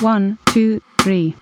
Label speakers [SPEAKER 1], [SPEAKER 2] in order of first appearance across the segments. [SPEAKER 1] One, two, three.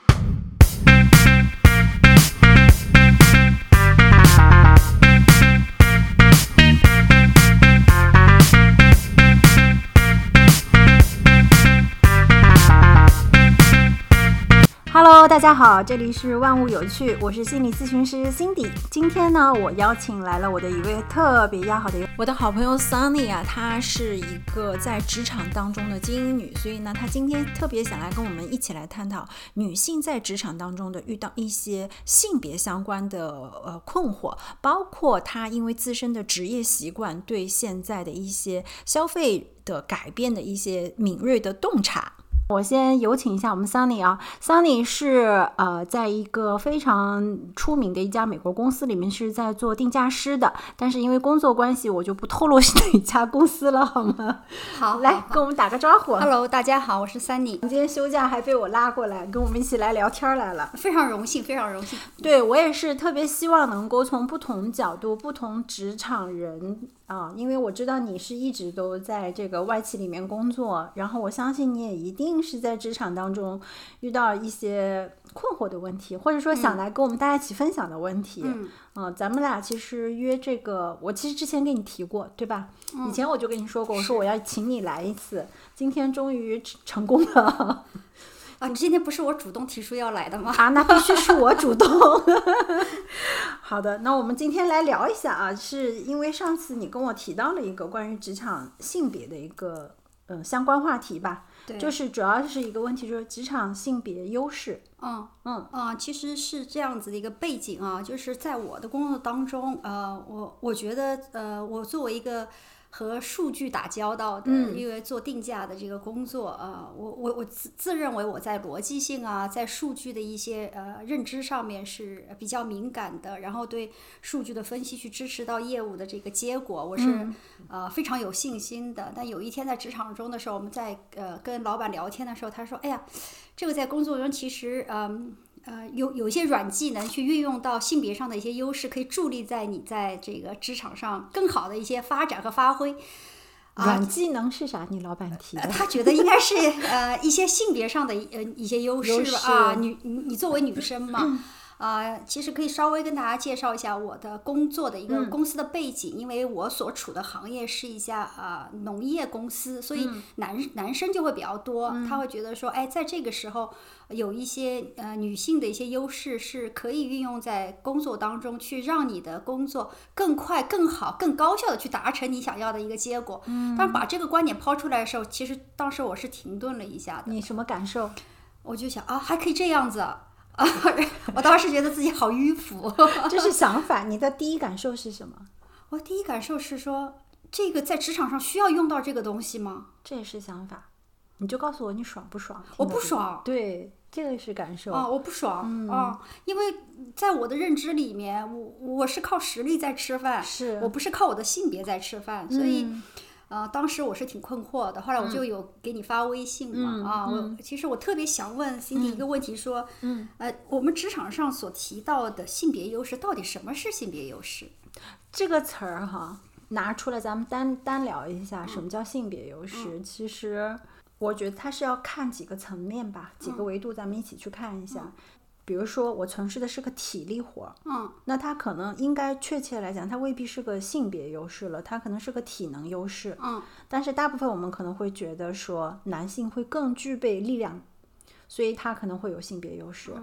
[SPEAKER 2] 大家好，这里是万物有趣，我是心理咨询师 Cindy。今天呢，我邀请来了我的一位特别要好的
[SPEAKER 3] 我的好朋友 Sunny 啊，她是一个在职场当中的精英女，所以呢，她今天特别想来跟我们一起来探讨女性在职场当中的遇到一些性别相关的呃困惑，包括她因为自身的职业习惯对现在的一些消费的改变的一些敏锐的洞察。
[SPEAKER 2] 我先有请一下我们 Sunny 啊，Sunny 是呃，在一个非常出名的一家美国公司里面是在做定价师的，但是因为工作关系，我就不透露是哪家公司了，好吗？
[SPEAKER 4] 好，
[SPEAKER 2] 来跟我们打个招呼。
[SPEAKER 4] Hello，大家好，我是 Sunny。
[SPEAKER 2] 你今天休假还被我拉过来，跟我们一起来聊天来了，
[SPEAKER 4] 非常荣幸，非常荣幸。
[SPEAKER 2] 对我也是特别希望能够从不同角度、不同职场人。啊，因为我知道你是一直都在这个外企里面工作，然后我相信你也一定是在职场当中遇到一些困惑的问题，或者说想来跟我们大家一起分享的问题。
[SPEAKER 4] 嗯，
[SPEAKER 2] 啊，咱们俩其实约这个，我其实之前跟你提过，对吧？
[SPEAKER 4] 嗯
[SPEAKER 2] 以前我就跟你说过，我说我要请你来一次，今天终于成成功了
[SPEAKER 4] 啊，今天不是我主动提出要来的吗？
[SPEAKER 2] 啊！那必须是我主动。 好的，那我们今天来聊一下啊，是因为上次你跟我提到了一个关于职场性别的一个嗯相关话题吧，
[SPEAKER 4] 对，
[SPEAKER 2] 就是主要是一个问题，就是职场性别优势。
[SPEAKER 4] 嗯
[SPEAKER 2] 嗯
[SPEAKER 4] 嗯，其实是这样子的一个背景啊，就是在我的工作当中，呃，我我觉得，呃，我作为一个和数据打交道的，
[SPEAKER 2] 嗯
[SPEAKER 4] 因为做定价的这个工作，呃，我我我自自认为我在逻辑性啊，在数据的一些呃认知上面是比较敏感的，然后对数据的分析去支持到业务的这个结果，我是、
[SPEAKER 2] 嗯
[SPEAKER 4] 呃非常有信心的。但有一天在职场中的时候，我们在呃跟老板聊天的时候，他说：“哎呀，这个在工作中其实嗯。呃，有有一些软技能去运用到性别上的一些优势，可以助力在你在这个职场上更好的一些发展和发挥。啊
[SPEAKER 2] 软，技能是啥？你老板提的。
[SPEAKER 4] 他觉得应该是呃一些性别上的一呃一些优势
[SPEAKER 2] 优
[SPEAKER 4] 吧啊，
[SPEAKER 2] 势
[SPEAKER 4] 女你你作为女生 嘛，呃，其实可以稍微跟大家介绍一下我的工作的一个
[SPEAKER 2] 嗯
[SPEAKER 4] 公司的背景，因为我所处的行业是一家啊、呃农业公司，所以男、男生就会比较多，他会觉得说，哎，在这个时候有一些呃女性的一些优势是可以运用在工作当中，去让你的工作更快、更好、更高效的去达成你想要的一个结果。嗯，当把这个观点抛出来的时候，其实当时我是停顿了一下的，
[SPEAKER 2] 你什么感受？
[SPEAKER 4] 我就想啊，还可以这样子 啊。啊！我当时觉得自己好迂腐。
[SPEAKER 2] 这是想法，你的第一感受是什么？
[SPEAKER 4] 我第一感受是说，这个在职场上需要用到这个东西吗？
[SPEAKER 2] 这也是想法，你就告诉我你爽不爽？
[SPEAKER 4] 我
[SPEAKER 2] 听到
[SPEAKER 4] 不
[SPEAKER 2] 这个嗯
[SPEAKER 4] 爽
[SPEAKER 2] 对，这个是感受。
[SPEAKER 4] 啊，我不爽啊、因为在我的认知里面，我我是靠实力在吃饭，
[SPEAKER 2] 是嗯
[SPEAKER 4] 我不是靠我的性别在吃饭，所以。呃，当时我是挺困惑的，后来我就有给你发微信嘛，
[SPEAKER 2] 嗯
[SPEAKER 4] 啊，我其实我特别想问 Cindy 一个问题，说，嗯，呃，我们职场上所提到的性别优势，到底什么是性别优势？
[SPEAKER 2] 这个词儿哈，拿出来咱们单单聊一下，
[SPEAKER 4] 嗯
[SPEAKER 2] 什么叫性别优势？其实我觉得它是要看几个层面吧，几
[SPEAKER 4] 嗯
[SPEAKER 2] 个维度，咱们一起去看一下。比如说，我从事的是个体力活儿，
[SPEAKER 4] 嗯，
[SPEAKER 2] 那它可能应该确切来讲，它未必是个性别优势了，它可能是个体能优势。
[SPEAKER 4] 嗯，
[SPEAKER 2] 但是大部分我们可能会觉得说，男性会更具备力量，所以他可能会有性别优势。
[SPEAKER 4] 嗯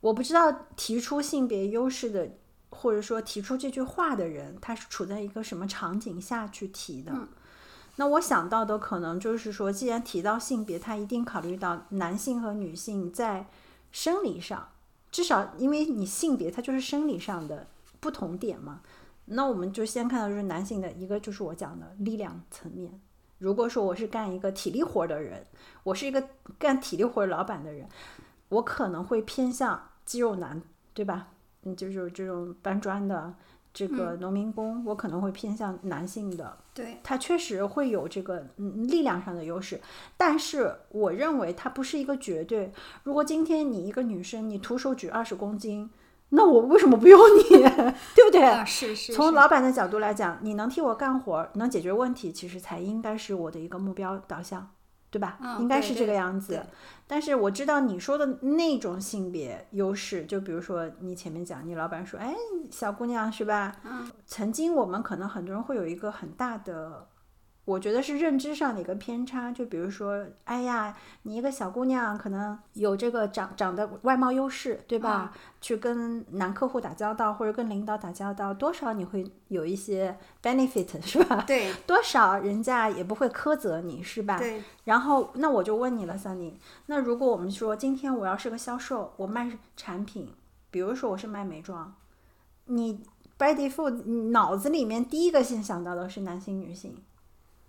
[SPEAKER 2] 我不知道提出性别优势的，或者说提出这句话的人，他是处在一个什么场景下去提的。那我想到的可能就是说，既然提到性别，他一定考虑到男性和女性在生理上，至少因为你性别它就是生理上的不同点嘛。那我们就先看到就是男性的一个就是我讲的力量层面。如果说我是干一个体力活儿的人，我是一个干体力活儿老板的人，我可能会偏向肌肉男，对吧？嗯，就是这种搬砖的这个农民工，我可能会偏向男性的。
[SPEAKER 4] 对，
[SPEAKER 2] 他确实会有这个嗯力量上的优势，但是我认为它不是一个绝对。如果今天你一个女生，你徒手举二十公斤，那我为什么不用你？ 对不对？
[SPEAKER 4] 啊，是是，
[SPEAKER 2] 从
[SPEAKER 4] 是
[SPEAKER 2] 老板的角度来讲，你能替我干活儿，能解决问题，其实才应该是我的一个目标导向。对吧？
[SPEAKER 4] 嗯
[SPEAKER 2] 应该
[SPEAKER 4] 对
[SPEAKER 2] 是这
[SPEAKER 4] 对
[SPEAKER 2] 个样子
[SPEAKER 4] 对。
[SPEAKER 2] 但是我知道你说的那种性别优势，就比如说你前面讲，你老板说：“哎，小姑娘是吧？”
[SPEAKER 4] 嗯，
[SPEAKER 2] 曾经我们可能很多人会有一个很大的，我觉得是认知上的一个偏差，就比如说，哎呀，你一个小姑娘可能有这个长长的外貌优势，对
[SPEAKER 4] 嗯
[SPEAKER 2] 吧？去跟男客户打交道或者跟领导打交道，多少你会有一些 benefit 是吧？
[SPEAKER 4] 对
[SPEAKER 2] 多少人家也不会苛责你是吧？
[SPEAKER 4] 对，
[SPEAKER 2] 然后，那我就问你了，三林，那如果我们说今天我要是个销售，我卖产品，比如说我是卖美妆，你 by default 你脑子里面第一个先想到的是男性、女性，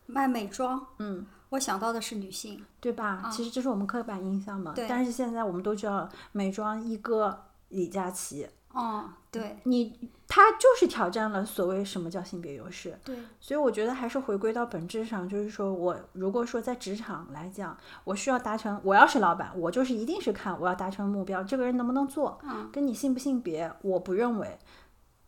[SPEAKER 4] 卖美妆，
[SPEAKER 2] 嗯，
[SPEAKER 4] 我想到的是女性，
[SPEAKER 2] 对吧？其实这是我们刻板印象嘛。
[SPEAKER 4] 嗯对
[SPEAKER 2] 但是现在我们都知道，美妆一哥李佳琦，
[SPEAKER 4] 哦，对
[SPEAKER 2] 你他就是挑战了所谓什么叫性别优势。
[SPEAKER 4] 对，
[SPEAKER 2] 所以我觉得还是回归到本质上，就是说我如果说在职场来讲，我需要达成，我要是老板，我就是一定是看我要达成目标，这个人能不能做，
[SPEAKER 4] 嗯
[SPEAKER 2] 跟你性不性别，我不认为。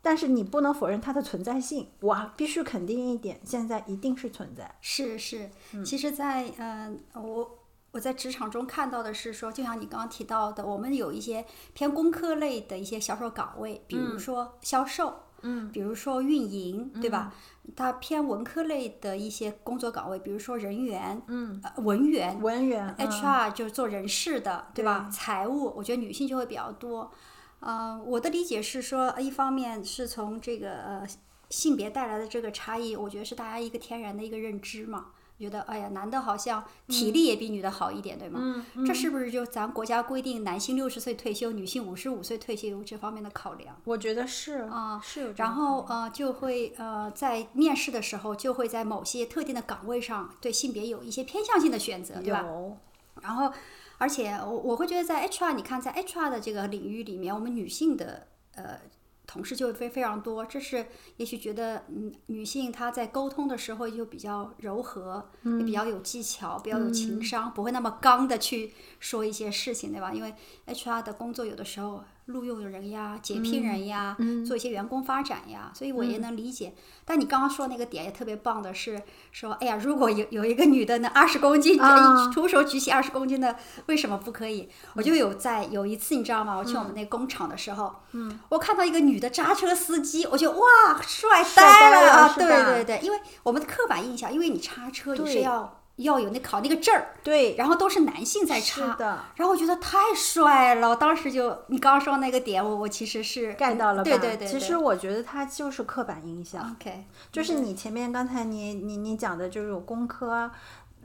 [SPEAKER 2] 但是你不能否认它的存在性，我必须肯定一点，现在一定是存在。
[SPEAKER 4] 是是，其实在，嗯、我我在职场中看到的是说，就像你刚刚提到的，我们有一些偏工科类的一些销售岗位，比如说销售，嗯嗯，比嗯如说运营，对吧？它偏文科类的一些工作岗位，比如说人员，嗯，呃、文员，
[SPEAKER 2] 文
[SPEAKER 4] 哎
[SPEAKER 2] 员、嗯
[SPEAKER 4] HR 就是做人事的，对吧？财务，我觉得女性就会比较多。呃，我的理解是说，一方面是从这个呃性别带来的这个差异，我觉得是大家一个天然的一个认知嘛。觉得哎呀，男的好像
[SPEAKER 2] 嗯
[SPEAKER 4] 体力也比女的好一点，对吗？这是不是就咱国家规定男性六十岁退休，女性五十五岁退休这方面的考量？
[SPEAKER 2] 我觉得是
[SPEAKER 4] 啊
[SPEAKER 2] 是有这种
[SPEAKER 4] 然后
[SPEAKER 2] 可能
[SPEAKER 4] 呃，就会呃，在面试的时候，就会在某些特定的岗位上对性别有一些偏向性的选择，对吧？
[SPEAKER 2] 有
[SPEAKER 4] 然后，而且我我会觉得在 HR，你看在 HR 的这个领域里面，我们女性的呃同事就会非非常多。这是也许觉得嗯，女性她在沟通的时候就比较柔和，也比较有技巧，比较有情商，不会那么刚的去说一些事情，对吧？因为 HR 的工作有的时候录用人呀、解聘人呀，做一些员工发展呀，所以我也能理解。但你刚刚说那个点也特别棒的是说，哎呀，如果有有一个女的呢，二十公斤，
[SPEAKER 2] 啊
[SPEAKER 4] 徒手举起二十公斤的，为什么不可以？我就有在有一次，你知道吗？我去我
[SPEAKER 2] 嗯
[SPEAKER 4] 们那工厂的时候，嗯，我看到一个女的刹车司机，我就哇，帅
[SPEAKER 2] 帅
[SPEAKER 4] 呆
[SPEAKER 2] 呆了
[SPEAKER 4] 啊！
[SPEAKER 2] 是吧
[SPEAKER 4] 对对对，因为我们的刻板印象，因为你刹车你是
[SPEAKER 2] 对
[SPEAKER 4] 要要有那考那个证儿，
[SPEAKER 2] 对，
[SPEAKER 4] 然后都是男性在
[SPEAKER 2] 是
[SPEAKER 4] 插，
[SPEAKER 2] 的，
[SPEAKER 4] 然后我觉得太帅了，我当时就你刚刚说那个点，我我其实是
[SPEAKER 2] get 到了吧？
[SPEAKER 4] 对对对，嗯
[SPEAKER 2] 其实我觉得它就是刻板印象。
[SPEAKER 4] OK，哦
[SPEAKER 2] 就是你前面刚才你你你讲的就是工科，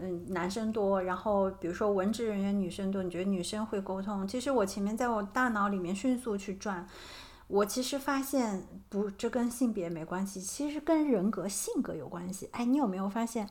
[SPEAKER 2] 嗯，男生多，然后比如说文职人员女生多，你觉得女生会沟通？其实我前面在我大脑里面迅速去转，我其实发现不，这跟性别没关系，其实跟人格性格有关系。哎，你有没有发现？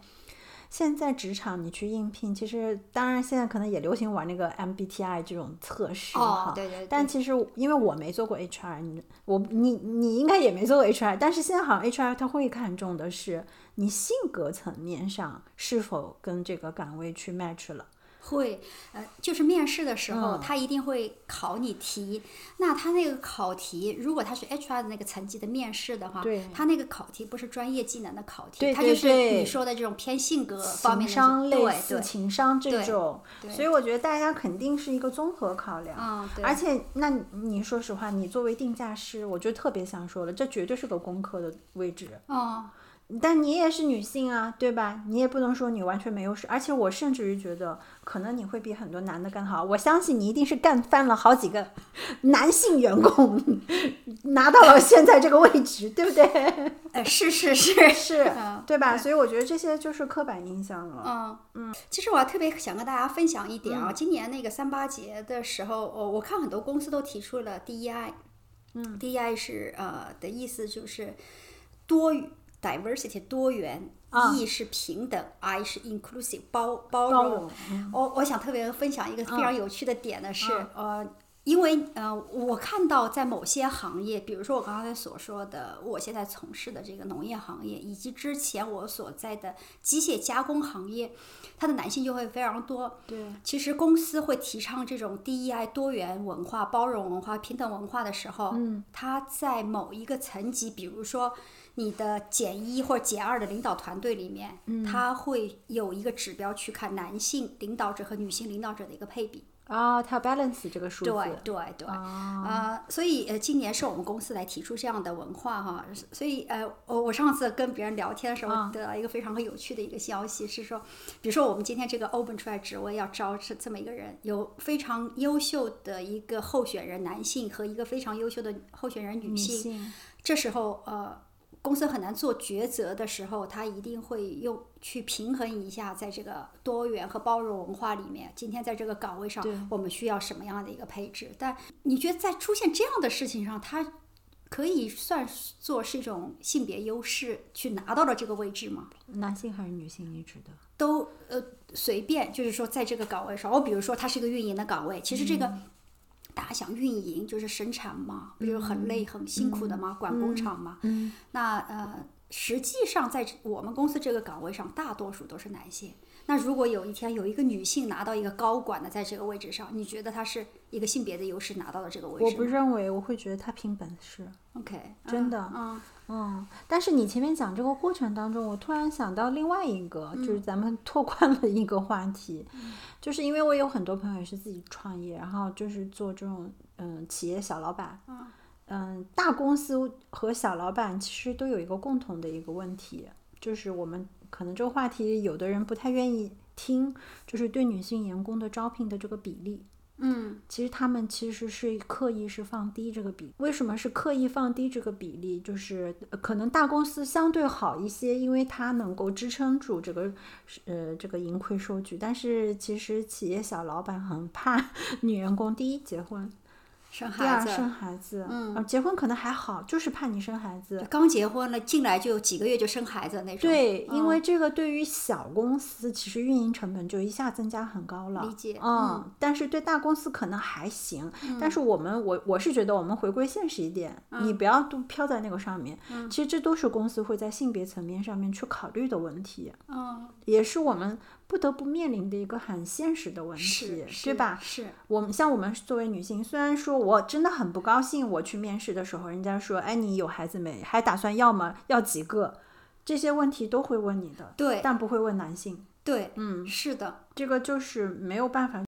[SPEAKER 2] 现在职场你去应聘，其实当然现在可能也流行玩那个 MBTI 这种测试哈、
[SPEAKER 4] 哦，对对对，
[SPEAKER 2] 但其实我因为我没做过 HR，你我你你应该也没做过 HR，但是现在好像 HR 他会看重的是你性格层面上是否跟这个岗位去 match 了。
[SPEAKER 4] 会，呃，就是面试的时候，
[SPEAKER 2] 嗯
[SPEAKER 4] 他一定会考你题。那他那个考题，如果他是 HR 的那个层级的面试的话
[SPEAKER 2] 对，
[SPEAKER 4] 他那个考题不是专业技能的考题，
[SPEAKER 2] 对
[SPEAKER 4] 他
[SPEAKER 2] 对
[SPEAKER 4] 就是
[SPEAKER 2] 对
[SPEAKER 4] 你说的这种偏性格呃方
[SPEAKER 2] 情
[SPEAKER 4] 面的
[SPEAKER 2] 商类
[SPEAKER 4] 对
[SPEAKER 2] 似
[SPEAKER 4] 对，
[SPEAKER 2] 情商这
[SPEAKER 4] 对
[SPEAKER 2] 种，
[SPEAKER 4] 对
[SPEAKER 2] 所以我觉得大家肯定是一个综合考量。
[SPEAKER 4] 嗯，对，
[SPEAKER 2] 而且，那你你说实话，你作为定价师，我就特别想说了，这绝对是个工科的位置。
[SPEAKER 4] 哦，
[SPEAKER 2] 但你也是女性啊，对吧？你也不能说你完全没优势，而且我甚至于觉得，可能你会比很多男的干得好。我相信你一定是干翻了好几个男性员工， 拿到了现在这个位置，对不对？
[SPEAKER 4] 呃，是是是，
[SPEAKER 2] 是
[SPEAKER 4] 嗯，
[SPEAKER 2] 对吧？所以我觉得这些就是刻板印象了。
[SPEAKER 4] 嗯嗯，其实我还特别想跟大家分享一点啊，今年那个三八节的时候，哦我我看很多公司都提出了 E DEI，嗯，DEI 是呃的意思就是多 diversity 多元、
[SPEAKER 2] 啊
[SPEAKER 4] e 是平等，I 是 inclusive 包包
[SPEAKER 2] 包
[SPEAKER 4] 容。
[SPEAKER 2] 容，嗯
[SPEAKER 4] 我我想特别分享一个非常有趣的点呢是，
[SPEAKER 2] 嗯
[SPEAKER 4] 呃，因为呃，我看到在某些行业，比如说我刚才所说的，我现在从事的这个农业行业，以及之前我所在的机械加工行业，它的男性就会非常多。
[SPEAKER 2] 对，
[SPEAKER 4] 其实公司会提倡这种 DEI 多元文化、包容文化、平等文化的时候，
[SPEAKER 2] 嗯，
[SPEAKER 4] 它在某一个层级，比如说你的减一或者减二的领导团队里面，它会有一个指标去看男性领导者和女性领导者的一个配比。
[SPEAKER 2] 啊，它要 balance 这个数字，
[SPEAKER 4] 对对对，啊、所以呃，今年是我们公司来提出这样的文化哈，所以呃，我我上次跟别人聊天的时候得到一个非常有趣的一个消息、是说，比如说我们今天这个 open 出来职位要招这这么一个人，有非常优秀的一个候选人男性和一个非常优秀的候选人女
[SPEAKER 2] 女
[SPEAKER 4] 性，
[SPEAKER 2] 性
[SPEAKER 4] 这时候呃。公司很难做抉择的时候，他一定会用去平衡一下，在这个多元和包容文化里面，今天在这个岗位上
[SPEAKER 2] 对，
[SPEAKER 4] 我们需要什么样的一个配置？但你觉得在出现这样的事情上，他可以算作是一种性别优势，去拿到了这个位置吗？
[SPEAKER 2] 男性还是女性，你指的？
[SPEAKER 4] 都呃随便，就是说在这个岗位上，哦我比如说它是一个运营的岗位，其实这个。
[SPEAKER 2] 嗯
[SPEAKER 4] 大家想运营就是生产嘛，不就是很累、很辛苦的嘛，管工厂嘛。
[SPEAKER 2] 嗯
[SPEAKER 4] 那呃，实际上在我们公司这个岗位上，大多数都是男性。那如果有一天有一个女性拿到一个高管的在这个位置上，你觉得她是一个性别的优势拿到了这个位置
[SPEAKER 2] 我
[SPEAKER 4] 吗？
[SPEAKER 2] 不认为，我会觉得他凭本事。
[SPEAKER 4] OK，
[SPEAKER 2] 真的
[SPEAKER 4] 嗯，
[SPEAKER 2] 嗯，但是你前面讲这个过程当中，我突然想到另外一个，就是咱们拓宽了一个话题，就是因为我有很多朋友也是自己创业，然后就是做这种嗯企业小老板，
[SPEAKER 4] 嗯
[SPEAKER 2] 嗯，大公司和小老板其实都有一个共同的一个问题，就是我们可能这个话题有的人不太愿意听，就是对女性员工的招聘的这个比例，
[SPEAKER 4] 嗯
[SPEAKER 2] 其实他们其实是刻意是放低这个比，为什么是刻意放低这个比例？就是呃可能大公司相对好一些，因为它能够支撑住这个呃这个盈亏收据，但是其实企业小老板很怕 女员工第一结婚，
[SPEAKER 4] 生
[SPEAKER 2] 第二
[SPEAKER 4] 孩
[SPEAKER 2] 生
[SPEAKER 4] 子，
[SPEAKER 2] 呃孩子，
[SPEAKER 4] 嗯
[SPEAKER 2] 呃，结婚可能还好，就是怕你生孩子。
[SPEAKER 4] 刚结婚了，进来就几个月就生孩子那种。
[SPEAKER 2] 对，
[SPEAKER 4] 嗯
[SPEAKER 2] 因为这个对于小公司，其实运营成本就一下增加很高了。
[SPEAKER 4] 理解
[SPEAKER 2] 嗯，
[SPEAKER 4] 嗯
[SPEAKER 2] 但是对大公司可能还行，但是我们我我是觉得我们回归现实一点，
[SPEAKER 4] 嗯
[SPEAKER 2] 你不要都飘在那个上面。其实这都是公司会在性别层面上面去考虑的问题，
[SPEAKER 4] 嗯，
[SPEAKER 2] 也是我们不得不面临的一个很现实的问题
[SPEAKER 4] 是，
[SPEAKER 2] 对
[SPEAKER 4] 是
[SPEAKER 2] 吧？
[SPEAKER 4] 是，
[SPEAKER 2] 我们像我们作为女性，虽然说我真的很不高兴，我去面试的时候，人家说，哎，你有孩子没？还打算要吗？要几个？这些问题都会问你的，
[SPEAKER 4] 对
[SPEAKER 2] 但不会问男性。
[SPEAKER 4] 对，
[SPEAKER 2] 嗯，
[SPEAKER 4] 是的，
[SPEAKER 2] 这个就是没有办法。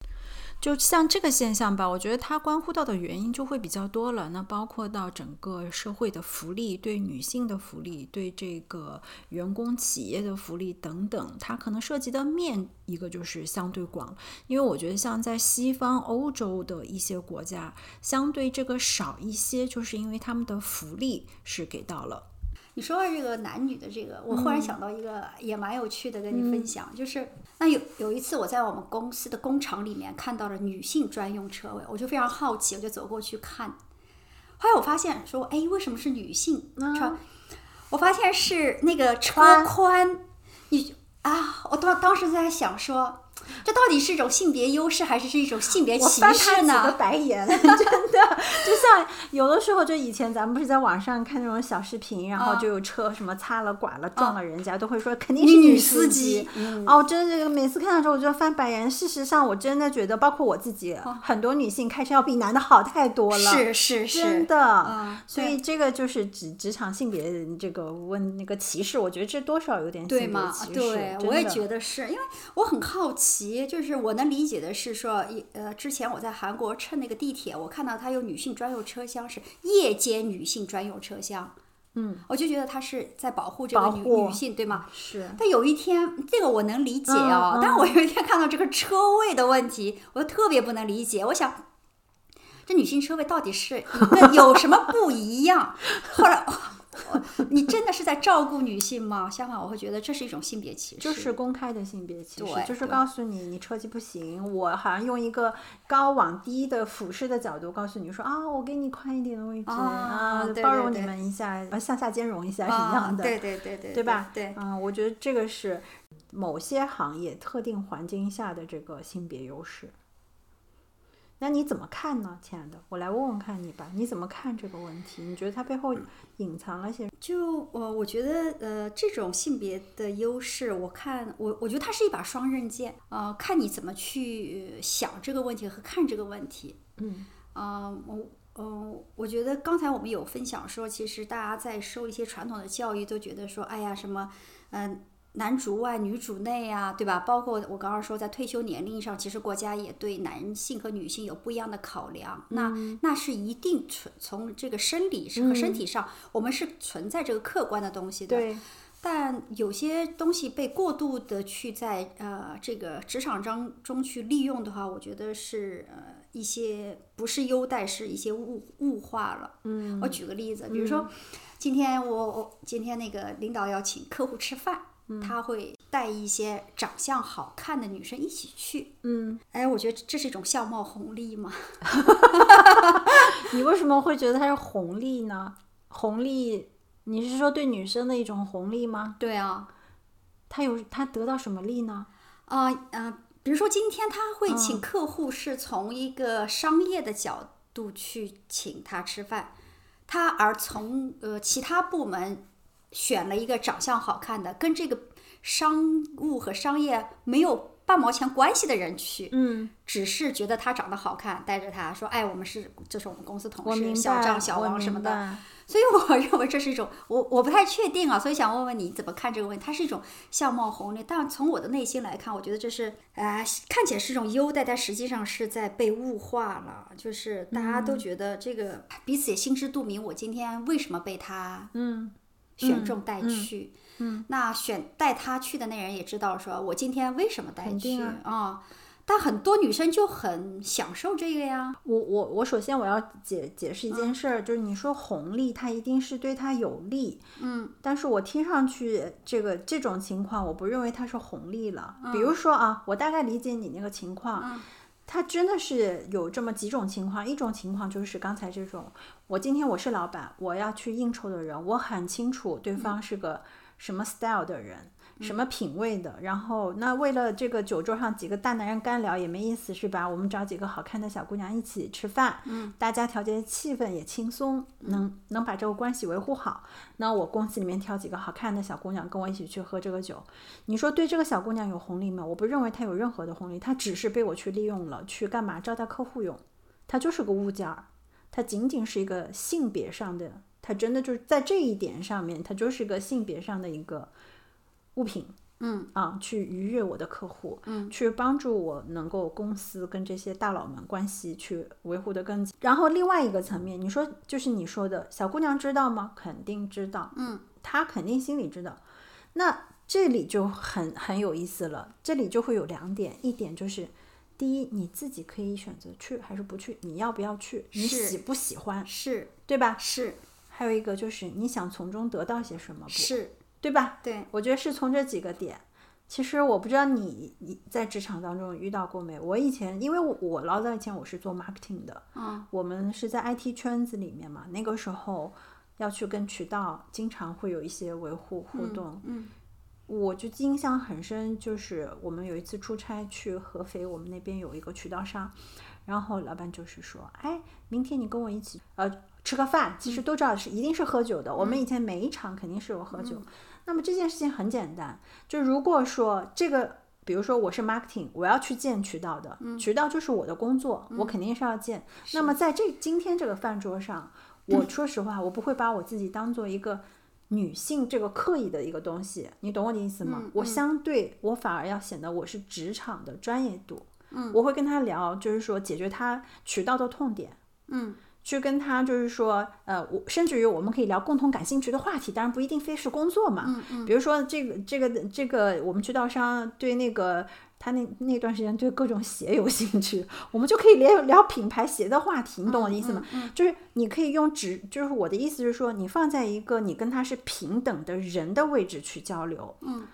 [SPEAKER 3] 就像这个现象吧，我觉得它关乎到的原因就会比较多了。那包括到整个社会的福利、对女性的福利、对这个员工、企业的福利等等，它可能涉及的面一个就是相对广。因为我觉得像在西方欧洲的一些国家，相对这个少一些，就是因为他们的福利是给到了。
[SPEAKER 4] 你说到这个男女的这个，我忽然
[SPEAKER 2] 嗯
[SPEAKER 4] 想到一个也蛮有趣的，跟你分享，就是那有有一次我在我们公司的工厂里面看到了女性专用车位，我就非常好奇，我就走过去看。后来我发现说，哎，为什么是女性穿？我发现是那个车
[SPEAKER 2] 嗯宽
[SPEAKER 4] 宽，你啊，我当当时在想说，这到底是一种性别优势，还是是一种性别
[SPEAKER 2] 我
[SPEAKER 4] 歧
[SPEAKER 2] 翻他
[SPEAKER 4] 视
[SPEAKER 2] 几个
[SPEAKER 4] 呢？
[SPEAKER 2] 白眼， 真的，就像有的时候，就以前咱们不是在网上看那种小视频，然后
[SPEAKER 4] 啊
[SPEAKER 2] 就有车什么擦了、剐了、撞了人家，都会说肯定
[SPEAKER 4] 女
[SPEAKER 2] 是
[SPEAKER 4] 嗯女司
[SPEAKER 2] 司
[SPEAKER 4] 机嗯
[SPEAKER 2] 机。哦，真的，每次看到之后我就翻白眼。事实上，我真的觉得，包括我自己，很多女性开车要比男的好太多了。
[SPEAKER 4] 嗯是是是，
[SPEAKER 2] 真的，
[SPEAKER 4] 啊
[SPEAKER 2] 所
[SPEAKER 4] 对
[SPEAKER 2] 以这个就是职职场性别这个问那个歧视，我觉得这多少有点性
[SPEAKER 4] 对
[SPEAKER 2] 别
[SPEAKER 4] 吗？
[SPEAKER 2] 歧视。
[SPEAKER 4] 对，我也觉
[SPEAKER 2] 得，
[SPEAKER 4] 得是因为我很好奇，就是我能理解的是说，一呃，之前我在韩国乘那个地铁，我看到它有女性专用车厢，是夜间女性专用车厢，
[SPEAKER 2] 嗯，
[SPEAKER 4] 我就觉得它是在保护这个
[SPEAKER 2] 保
[SPEAKER 4] 女
[SPEAKER 2] 护
[SPEAKER 4] 女性，对吗？
[SPEAKER 2] 是
[SPEAKER 4] 但有一天，这个我能理解哦，
[SPEAKER 2] 嗯嗯
[SPEAKER 4] 但我有一天看到这个车位的问题，我就特别不能理解，我想。这女性车位到底是那有什么不 一样？后来， 我我你真的是在照顾女性吗？相反，我会觉得这是一种性别歧视。
[SPEAKER 2] 就是公开的性别歧视
[SPEAKER 4] 对，
[SPEAKER 2] 就是
[SPEAKER 4] 对
[SPEAKER 2] 告诉你你车技不行，我好像用一个高往低的俯视的角度告诉你说啊，我给你宽一点的位置
[SPEAKER 4] 啊
[SPEAKER 2] 啊
[SPEAKER 4] 对，
[SPEAKER 2] 包
[SPEAKER 4] 对
[SPEAKER 2] 容你
[SPEAKER 4] 对
[SPEAKER 2] 们一下，呃向下兼容一下是
[SPEAKER 4] 啊，
[SPEAKER 2] 一样的。
[SPEAKER 4] 对对对对，
[SPEAKER 2] 对吧？
[SPEAKER 4] 对，
[SPEAKER 2] 嗯，我觉得这个是某些行业特定环境下的这个性别优势。那你怎么看呢，亲爱的？我来问问看你吧，你怎么看这个问题？你觉得它背后
[SPEAKER 4] 嗯
[SPEAKER 2] 隐藏了些？
[SPEAKER 4] 就我我觉得呃，这种性别的优势，我看我我觉得它是一把双刃剑，呃，看你怎么去呃想这个问题和看这个问题。
[SPEAKER 2] 嗯，
[SPEAKER 4] 啊、我嗯，我觉得刚才我们有分享说，其实大家在受一些传统的教育，都觉得说，哎呀，什么，嗯、男主外女主内啊，对吧？包括我刚刚说，在退休年龄上，其实国家也对男性和女性有不一样的考量。那那啊是一定存从这个生理和身体上，我们是存在这个客观的东西的。
[SPEAKER 2] 对，
[SPEAKER 4] 但有些东西被过度的去在呃这个职场当中去利用的话，我觉得是呃一些不是优待，是一些物物化了。嗯，我举个例子，比如说、今天我我今天那个领导要请客户吃饭，他会带一些长相好看的女生一起去。
[SPEAKER 2] 嗯，
[SPEAKER 4] 哎，我觉得这是一种相貌红利嘛。
[SPEAKER 2] 你为什么会觉得它是红利呢？红利，你是说对女生的一种红利吗？
[SPEAKER 4] 对啊，
[SPEAKER 2] 它有它得到什么利呢？
[SPEAKER 4] 啊啊，比如说今天他会
[SPEAKER 2] 嗯
[SPEAKER 4] 请客户是从一个商业的角度去请他吃饭，他而从呃其他部门选了一个长相好看的，跟这个商务和商业没有半毛钱关系的人去，
[SPEAKER 2] 嗯，
[SPEAKER 4] 只是觉得他长得好看，带着他说，哎，我们是这是我们公司同
[SPEAKER 2] 我明
[SPEAKER 4] 事，
[SPEAKER 2] 白，
[SPEAKER 4] 小张、小
[SPEAKER 2] 我
[SPEAKER 4] 王什么
[SPEAKER 2] 明
[SPEAKER 4] 的，
[SPEAKER 2] 白
[SPEAKER 4] 所以我 认为这是一种，我我不太确定啊，所以想问问你怎么看这个问题？它是一种相貌红利，但从我的内心来看，我觉得这是啊、呃看起来是一种优待，但实际上是在被物化了，就是大家都觉得这个、彼此也心知肚明，我今天为什么被他
[SPEAKER 2] 嗯
[SPEAKER 4] 选中带去，嗯，那选带他去的那人也知道说，我今天为什么带
[SPEAKER 2] 肯
[SPEAKER 4] 去
[SPEAKER 2] 定
[SPEAKER 4] 啊、但很多女生就很享受这个呀，
[SPEAKER 2] 我我我首先我要解解释一件事儿，就是你说红利，它一定是对它有利，
[SPEAKER 4] 嗯，
[SPEAKER 2] 但是我听上去这个这种情况，我不认为它是红利了。比如说啊，我大概理解你那个情况，它真的是有这么几种情况，一种情况就是刚才这种，我今天我是老板，我要去应酬的人，我很清楚对方是个什么 style 的人。什么品味的，然后那为了这个酒桌上几个大男人干聊也没意思是吧？我们找几个好看的小姑娘一起吃饭，嗯，大家调节气氛也轻松，能能把这个关系维护好。那我公司里面挑几个好看的小姑娘跟我一起去喝这个酒，你说对这个小姑娘有红利吗？我不认为她有任何的红利，她只是被我去利用了，去干嘛招待客户用，她就是个物件儿，它仅仅是一个性别上的，它真的就是在这一点上面，它就是个性别上的一个物品。
[SPEAKER 4] 嗯
[SPEAKER 2] 啊，去愉悦我的客户，嗯，去帮助我能够公司跟这些大佬们关系去维护的更紧。然后另外一个层面，你说就是你说的小姑娘知道吗？肯定知道，
[SPEAKER 4] 嗯，
[SPEAKER 2] 她肯定心里知道。那这里就很很有意思了，这里就会有两点，一点就是。第一，你自己可以选择去还是不去，你要不要去，你
[SPEAKER 4] 是
[SPEAKER 2] 喜不喜欢，
[SPEAKER 4] 是
[SPEAKER 2] 对吧？
[SPEAKER 4] 是
[SPEAKER 2] 还有一个就是你想从中得到些什么不，
[SPEAKER 4] 是，
[SPEAKER 2] 对吧？
[SPEAKER 4] 对，
[SPEAKER 2] 我觉得是从这几个点。其实我不知道你你在职场当中遇到过没？我以前因为我我老早以前我是做 marketing 的，
[SPEAKER 4] 嗯
[SPEAKER 2] 我们是在 IT 圈子里面嘛，那个时候要去跟渠道经常会有一些维护互动，
[SPEAKER 4] 嗯
[SPEAKER 2] 我就印象很深，就是我们有一次出差去合肥，我们那边有一个渠道商，然后老板就是说，哎，明天你跟我一起呃吃个饭，其实都知道是一定是喝酒的，我们以前每一场肯定是有喝酒。那么这件事情很简单，就如果说这个。比如说我是 marketing，我要去见渠道的，渠道就是我的工作，我肯定是要见。那么在这今天这个饭桌上，我说实话，我不会把我自己当做一个女性这个刻意的一个东西，你懂我的意思吗？
[SPEAKER 4] 嗯
[SPEAKER 2] 我
[SPEAKER 4] 嗯
[SPEAKER 2] 相对我反而要显得我是职场的专业度，
[SPEAKER 4] 嗯
[SPEAKER 2] 我会跟他聊，就是说解决他渠道的痛点，
[SPEAKER 4] 嗯
[SPEAKER 2] 去跟他就是说，呃，我甚至于我们可以聊共同感兴趣的话题，当然不一定非是工作嘛。
[SPEAKER 4] 嗯嗯。
[SPEAKER 2] 比如说这个这个这个，我们渠道商对那个他那那段时间对各种鞋有兴趣， 我们就可以聊聊品牌鞋的话题，你懂我的意思吗？
[SPEAKER 4] 嗯
[SPEAKER 2] 就是你可以用只，就是我的意思是说，你放在一个你跟他是平等的人的位置去交流。
[SPEAKER 4] 嗯。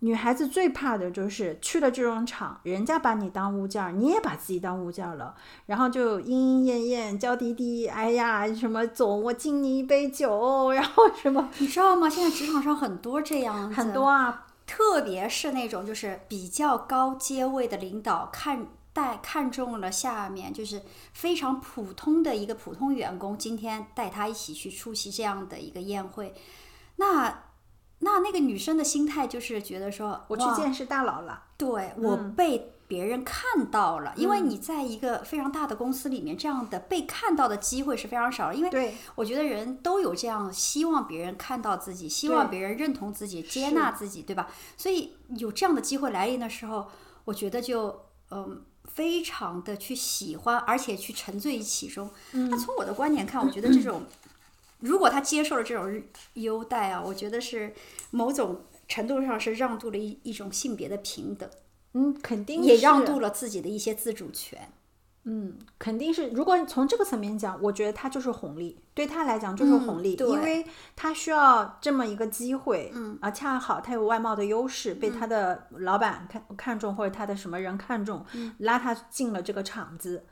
[SPEAKER 2] 女孩子最怕的就是去了这种场，人家把你当物件儿，你也把自己当物件儿了，然后就莺莺燕燕、娇滴滴，哎呀，什么总我敬你一杯酒，然后什么
[SPEAKER 4] 你知道吗？现在职场上很多这样子，
[SPEAKER 2] 很多啊，
[SPEAKER 4] 特别是那种就是比较高阶位的领导看带看中了下面就是非常普通的一个普通员工，今天带他一起去出席这样的一个宴会，那那那个女生的心态就是觉得说，
[SPEAKER 2] 我去
[SPEAKER 4] 哇
[SPEAKER 2] 见识嗯大佬了，
[SPEAKER 4] 对我被别人看到了，因为
[SPEAKER 2] 嗯
[SPEAKER 4] 你在一个非常大的公司里面，这样的被看到的机会是非常少的。因为
[SPEAKER 2] 对，
[SPEAKER 4] 我觉得人都有这样希望别人看到自己，希望别人认同自己、接纳自己，对吧？所以有这样的机会来临的时候，我觉得就嗯。非常的去喜欢，而且去沉醉于其中。
[SPEAKER 2] 嗯
[SPEAKER 4] 那从我的观点看，我觉得这种，如果他接受了这种优待啊，我觉得是某种程度上是让渡了一一种性别的平等。
[SPEAKER 2] 嗯，肯定
[SPEAKER 4] 也
[SPEAKER 2] 是
[SPEAKER 4] 让渡了自己的一些自主权。
[SPEAKER 2] 嗯，肯定是。如果从这个层面讲，我觉得他就是红利，对他来讲就是红利，
[SPEAKER 4] 对
[SPEAKER 2] 因为他需要这么一个机会，嗯，啊，恰好他有外貌的优势，被他的老板看看中，或者他的什么人看中，拉他进了这个场子。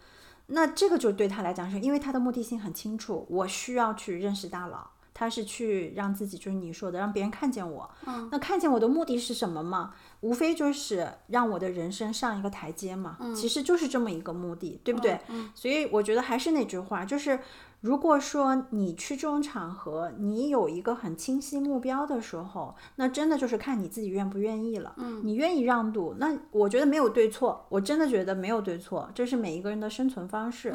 [SPEAKER 2] 那这个就对他来讲是，因为他的目的性很清楚，我需要去认识大佬，他是去让自己，就是你说的，让别人看见我。嗯，那看见我的目的是什么嘛？无非就是让我的人生上一个台阶嘛。嗯，其实就是这么一个目的，对不对？嗯，所以我觉得还是那句话，就是如果说你去这种场合，你有一个很清晰目标的时候，那真的就是看你自己愿不愿意了。嗯，你愿意让渡，那我觉得没有对错，我真的觉得没有对错，这是每一个人的生存方式。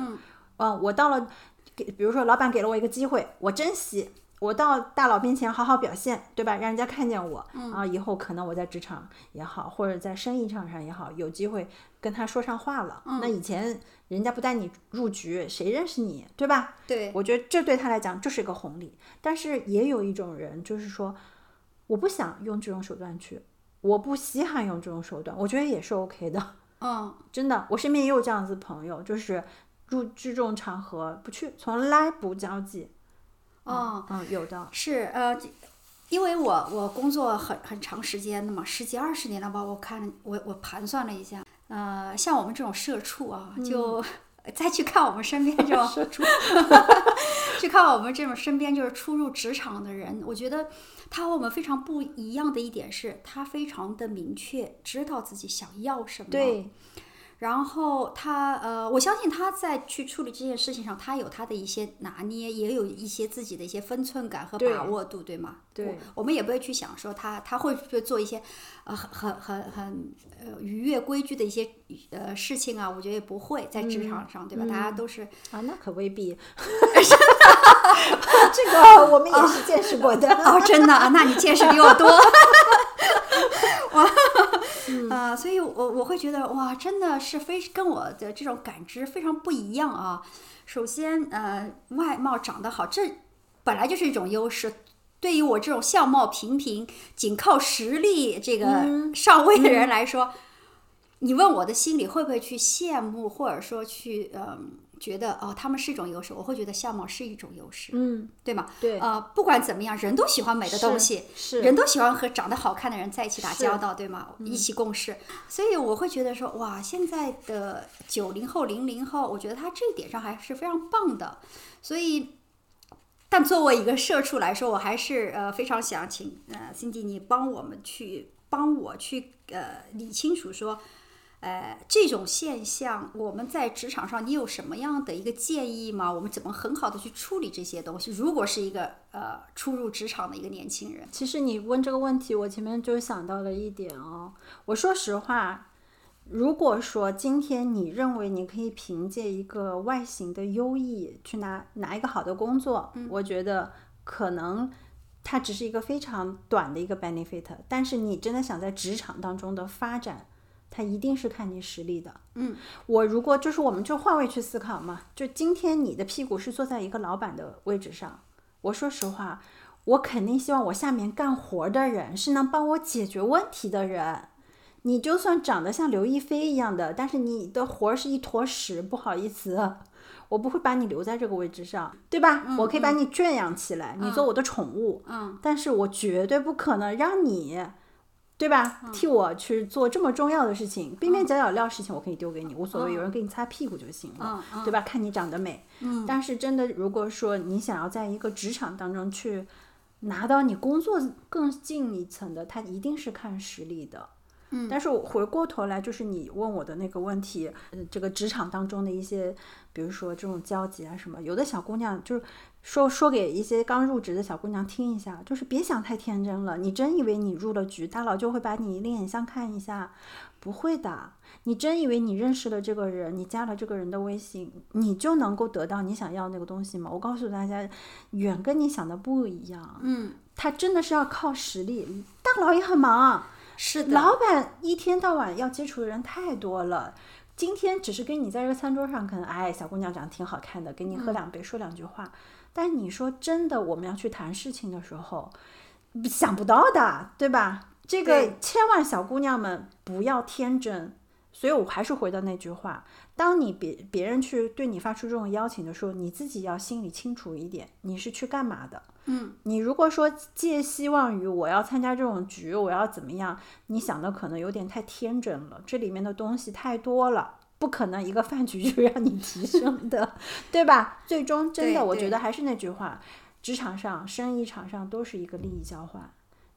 [SPEAKER 2] 嗯，我到了，给比如说老板给了我一个机会，我珍惜。我到大佬面前好好表现，对吧？让人家看见我，嗯、啊，以后可能我在职场也好，或者在生意场上也好，有机会跟他说上话了。那以前人家不带你入局，谁认识你，对吧？
[SPEAKER 4] 对，
[SPEAKER 2] 我觉得这对他来讲就是一个红利。但是也有一种人，就是说，我不想用这种手段去，我不稀罕用这种手段，我觉得也是 OK 的。
[SPEAKER 4] 嗯，
[SPEAKER 2] 真的，我身边也有这样子的朋友，就是入这种场合不去，从来不交际。
[SPEAKER 4] 哦，
[SPEAKER 2] 嗯，有的，
[SPEAKER 4] 是呃，因为我我工作很很长时间的嘛，十几二十年了吧，我看我我盘算了一下，呃，像我们这种社畜啊，就。 再去看我们身边这种社畜， 去看我们这种身边就是初入职场的人，我觉得他和我们非常不一样的一点是，他非常的明确知道自己想要什么。
[SPEAKER 2] 对，
[SPEAKER 4] 然后他呃，我相信他在去处理这件事情上，他有他的一些拿捏，也有一些自己的一些分寸感和
[SPEAKER 2] 对
[SPEAKER 4] 把握度，对吗？
[SPEAKER 2] 对
[SPEAKER 4] 我，我们也不会去想说他他会不会做一些呃很很很很呃逾越规矩的一些呃事情啊，我觉得也不会在职场上，
[SPEAKER 2] 嗯
[SPEAKER 4] 对吧？大家都是
[SPEAKER 2] 啊，那可未 必。 这个我们也是见识过的。
[SPEAKER 4] 哦，真的啊，那你见识比我多。 哇，啊、所以我，我会觉得哇，真的是非跟我的这种感知非常不一样啊。首先，呃，外貌长得好，这本来就是一种优势。对于我这种相貌平平、仅靠实力这个上位的人来说，你问我的心里会不会去羡慕，或者说去嗯、觉得哦，他们是一种优势，我会觉得相貌是一种优势，
[SPEAKER 2] 嗯，
[SPEAKER 4] 对吗？
[SPEAKER 2] 对，
[SPEAKER 4] 呃，不管怎么样，人都喜欢美的东西，
[SPEAKER 2] 是
[SPEAKER 4] 人都喜欢和长得好看的人在一起打
[SPEAKER 2] 是嗯
[SPEAKER 4] 交道，对吗？一起共事，所以我会觉得说，哇，现在的九零后、零零后，我觉得他这一点上还是非常棒的，所以。但作为一个社畜来说，我还是呃非常想请呃 Cindy 你帮我们去帮我去呃理清楚说，呃这种现象我们在职场上你有什么样的一个建议吗？我们怎么很好的去处理这些东西？如果是一个呃初入职场的一个年轻人，
[SPEAKER 2] 其实你问这个问题，我前面就想到了一点哦。我说实话，如果说今天你认为你可以凭借一个外形的优异去拿拿一个好的工作，我觉得可能它只是一个非常短的一个 benefit，但是你真的想在职场当中的发展。它一定是看你实力的。嗯，我如果就是我们就换位去思考嘛，就今天你的屁股是坐在一个老板的位置上，我说实话，我肯定希望我下面干活的人是能帮我解决问题的人。你就算长得像刘亦菲一样的，但是你的活儿是一坨屎，不好意思，我不会把你留在这个位置上，对吧？我可以把你圈养起来，你做我的宠物，嗯，但是我绝对不可能让你。对吧？替我去做这么重要的事情，边边角角料事情我可以丢给你，无所谓，有人给你擦屁股就行了，对吧？看你长得美。但是真的，如果说你想要在一个职场当中去拿到你工作更近一层的，它一定是看实力的。嗯，但是我回过头来，就是你问我的那个问题，呃，这个职场当中的一些，比如说这种交集啊什么，有的小姑娘就是说说给一些刚入职的小姑娘听一下，就是别想太天真了，你真以为你入了局，大佬就会把你另眼相看一下，不会的。你真以为你认识了这个人，你加了这个人的微信，你就能够得到你想要那个东西吗？我告诉大家，远跟你想的不一样。
[SPEAKER 4] 嗯，
[SPEAKER 2] 他真的是要靠实力。大佬也很忙，啊
[SPEAKER 4] 是的，
[SPEAKER 2] 老板一天到晚要接触的人太多了。今天只是跟你在这个餐桌上，可能哎，小姑娘长得挺好看的，给你
[SPEAKER 4] 嗯
[SPEAKER 2] 喝两杯，说两句话。但你说真的，我们要去谈事情的时候，想不到的，对吧？这个
[SPEAKER 4] 对
[SPEAKER 2] 千万小姑娘们不要天真。所以我还是回到那句话：当你别别人去对你发出这种邀请的时候，你自己要心里清楚一点，你是去干嘛的。
[SPEAKER 4] 嗯，
[SPEAKER 2] 你如果说寄希望于我要参加这种局，我要怎么样，你想的可能有点太天真了，这里面的东西太多了。不可能一个饭局就让你提升的， 对吧？最终真的，
[SPEAKER 4] 对
[SPEAKER 2] 我觉
[SPEAKER 4] 对
[SPEAKER 2] 得还是那句话，职场上、生意场上都是一个利益交换。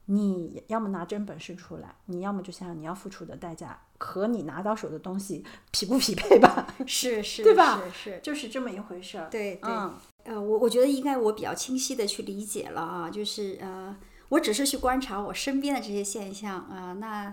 [SPEAKER 2] 你要么拿真本事出来，你要么就想想你要付出的代价和你拿到手的东西匹不匹配吧，
[SPEAKER 4] 是是，
[SPEAKER 2] 对吧
[SPEAKER 4] 是是，
[SPEAKER 2] 就是这么一回事儿。
[SPEAKER 4] 对对。
[SPEAKER 2] 嗯，
[SPEAKER 4] 呃，我我觉得应该我比较清晰的去理解了啊，就是呃，我只是去观察我身边的这些现象啊、那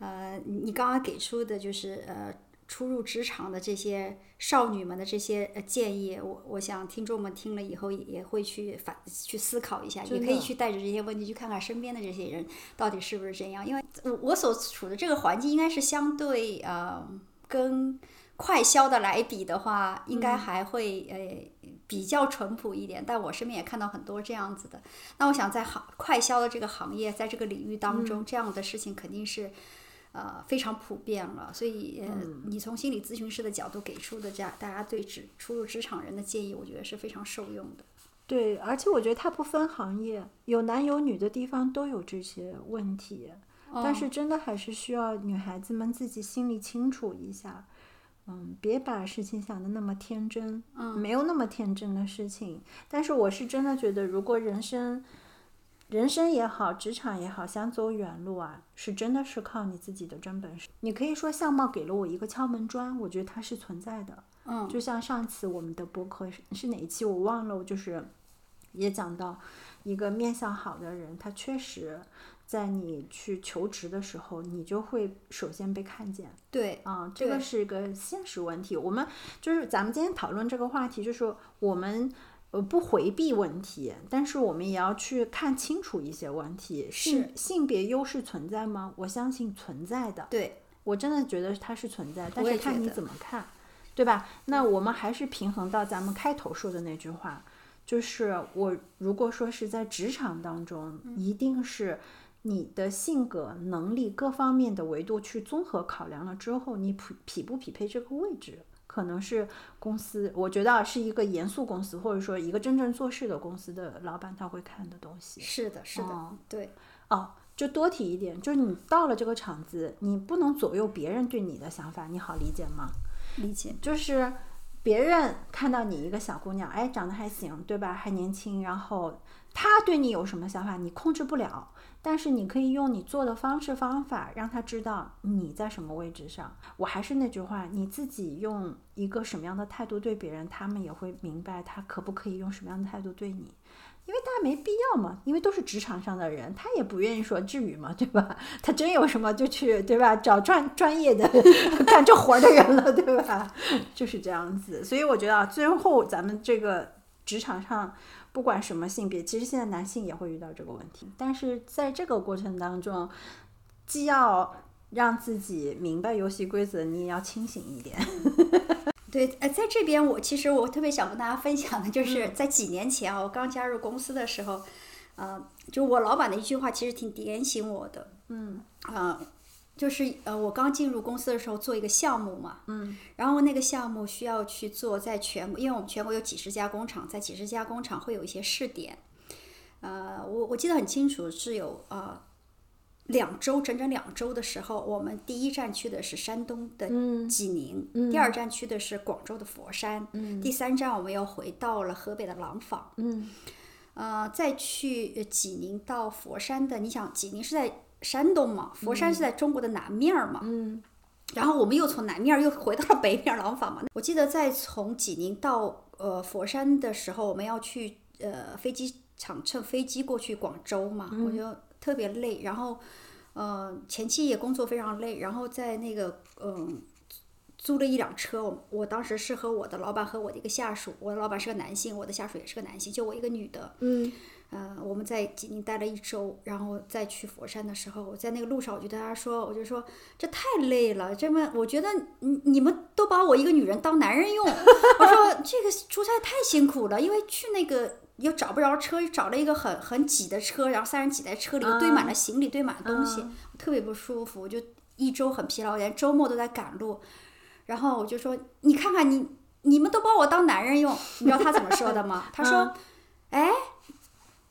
[SPEAKER 4] 呃，你你刚刚给出的就是呃，初入职场的这些少女们的这些呃建议，我我想听众们听了以后也也会去反去思考一下，也
[SPEAKER 2] 真
[SPEAKER 4] 可以
[SPEAKER 2] 的
[SPEAKER 4] 去带着这些问题去看看身边的这些人到底是不是这样，因为我我所处的这个环境应该是相对呃跟。快消的来比的话，应该还会、呃比较淳朴一点，但我身边也看到很多这样子的。那我想在行快消的这个行业，在这个领域当中，这样的事情肯定是呃非常普遍了。所以呃，你从心理咨询师的角度给出的这样大家对职初入职场人的建议，我觉得是非常受用的。
[SPEAKER 2] 对，而且我觉得它不分行业，有男有女的地方都有这些问题，但是真的还是需要女孩子们自己心里清楚一下，嗯，别把事情想的那么天真，嗯，没有那么天真的事情。但是我是真的觉得，如果人生，人生也好，职场也好，想走远路啊，是真的是靠你自己的真本事。你可以说相貌给了我一个敲门砖，我觉得它是存在的，
[SPEAKER 4] 嗯
[SPEAKER 2] 就像上次我们的播客是是哪一期我忘了，我就是也讲到一个面相好的人，他确实在你去求职的时候，你就会首先被看见
[SPEAKER 4] 对，
[SPEAKER 2] 啊，这个
[SPEAKER 4] 对
[SPEAKER 2] 是个现实问题。我们就是咱们今天讨论这个话题，就是说我们。呃，不回避问题，但是我们也要去看清楚一些问题。性
[SPEAKER 4] 是
[SPEAKER 2] 性别优势存在吗？我相信存在的。
[SPEAKER 4] 对，
[SPEAKER 2] 我真的觉得它是存在，但
[SPEAKER 4] 也
[SPEAKER 2] 是
[SPEAKER 4] 觉
[SPEAKER 2] 看你
[SPEAKER 4] 得
[SPEAKER 2] 怎么看，对吧？那我们还是平衡到咱们开头说的那句话，就是我如果说是在职场当中，
[SPEAKER 4] 嗯
[SPEAKER 2] 一定是你的性格、能力各方面的维度去综合考量了之后，你匹匹不匹配这个位置。可能是公司，我觉得啊是一个严肃公司，或者说一个真正做事的公司的老板他会看的东西。
[SPEAKER 4] 是的，是的，
[SPEAKER 2] 哦
[SPEAKER 4] 对，
[SPEAKER 2] 哦，就多提一点，就是你到了这个场子，你不能左右别人对你的想法，你好理解吗？
[SPEAKER 4] 理解。
[SPEAKER 2] 就是别人看到你一个小姑娘，哎，长得还行，对吧？还年轻，然后他对你有什么想法，你控制不了，但是你可以用你做的方式方法，让他知道你在什么位置上。我还是那句话，你自己用一个什么样的态度对别人，他们也会明白他可不可以用什么样的态度对你。因为大家没必要嘛，因为都是职场上的人，他也不愿意说至于嘛，对吧？他真有什么就去，对吧？找专专业的 干这活儿的人了，对吧？就是这样子。所以我觉得啊，最后咱们这个职场上，不管什么性别，其实现在男性也会遇到这个问题，但是在这个过程当中，既要让自己明白游戏规则，你也要清醒一点。
[SPEAKER 4] 啊对，呃，在这边我其实我特别想跟大家分享
[SPEAKER 2] 嗯
[SPEAKER 4] 的就是，在几年前啊，我刚加入公司的时候，呃，就我老板的一句话，其实挺点醒我的。
[SPEAKER 2] 嗯
[SPEAKER 4] 啊、就是呃，我刚进入公司的时候做一个项目嘛，
[SPEAKER 2] 嗯，
[SPEAKER 4] 然后那个项目需要去做，在全国，因为我们全国有几十家工厂，在几十家工厂会有一些试点。呃，我我记得很清楚，是有呃两周，整整两周的时候，我们第一站去的是山东的
[SPEAKER 2] 嗯
[SPEAKER 4] 济宁，
[SPEAKER 2] 嗯
[SPEAKER 4] 第二站去的是广州的佛山，
[SPEAKER 2] 嗯
[SPEAKER 4] 第三站我们又回到了河北的廊坊。
[SPEAKER 2] 嗯
[SPEAKER 4] 呃，再去呃济宁到佛山的，你想济宁是在山东嘛，佛山是在中国的南面儿嘛，
[SPEAKER 2] 嗯
[SPEAKER 4] 然后我们又从南面儿又回到了北面儿廊坊嘛。我记得在从济宁到呃佛山的时候，我们要去呃飞机场乘飞机过去广州嘛，
[SPEAKER 2] 嗯
[SPEAKER 4] 我就特别累。然后呃前期也工作非常累，然后在那个嗯、租了一辆车，我我当时是和我的老板和我的一个下属，我的老板是个男性，我的下属也是个男性，就我一个女的。
[SPEAKER 2] 嗯
[SPEAKER 4] 呃，我们在济宁待了一周，然后再去佛山的时候，我在那个路上我就跟他说，我就说这太累了，这么我觉得你你们都把我一个女人当男人用，我说这个出差太辛苦了，因为去那个又找不着车，找了一个很很挤的车，然后三人挤在车里，又堆满了行李，堆满了东西，特别不舒服，我就一周很疲劳，连周末都在赶路，然后我就说你看看你你们都把我当男人用，你知道他怎么说的吗？他说。哎，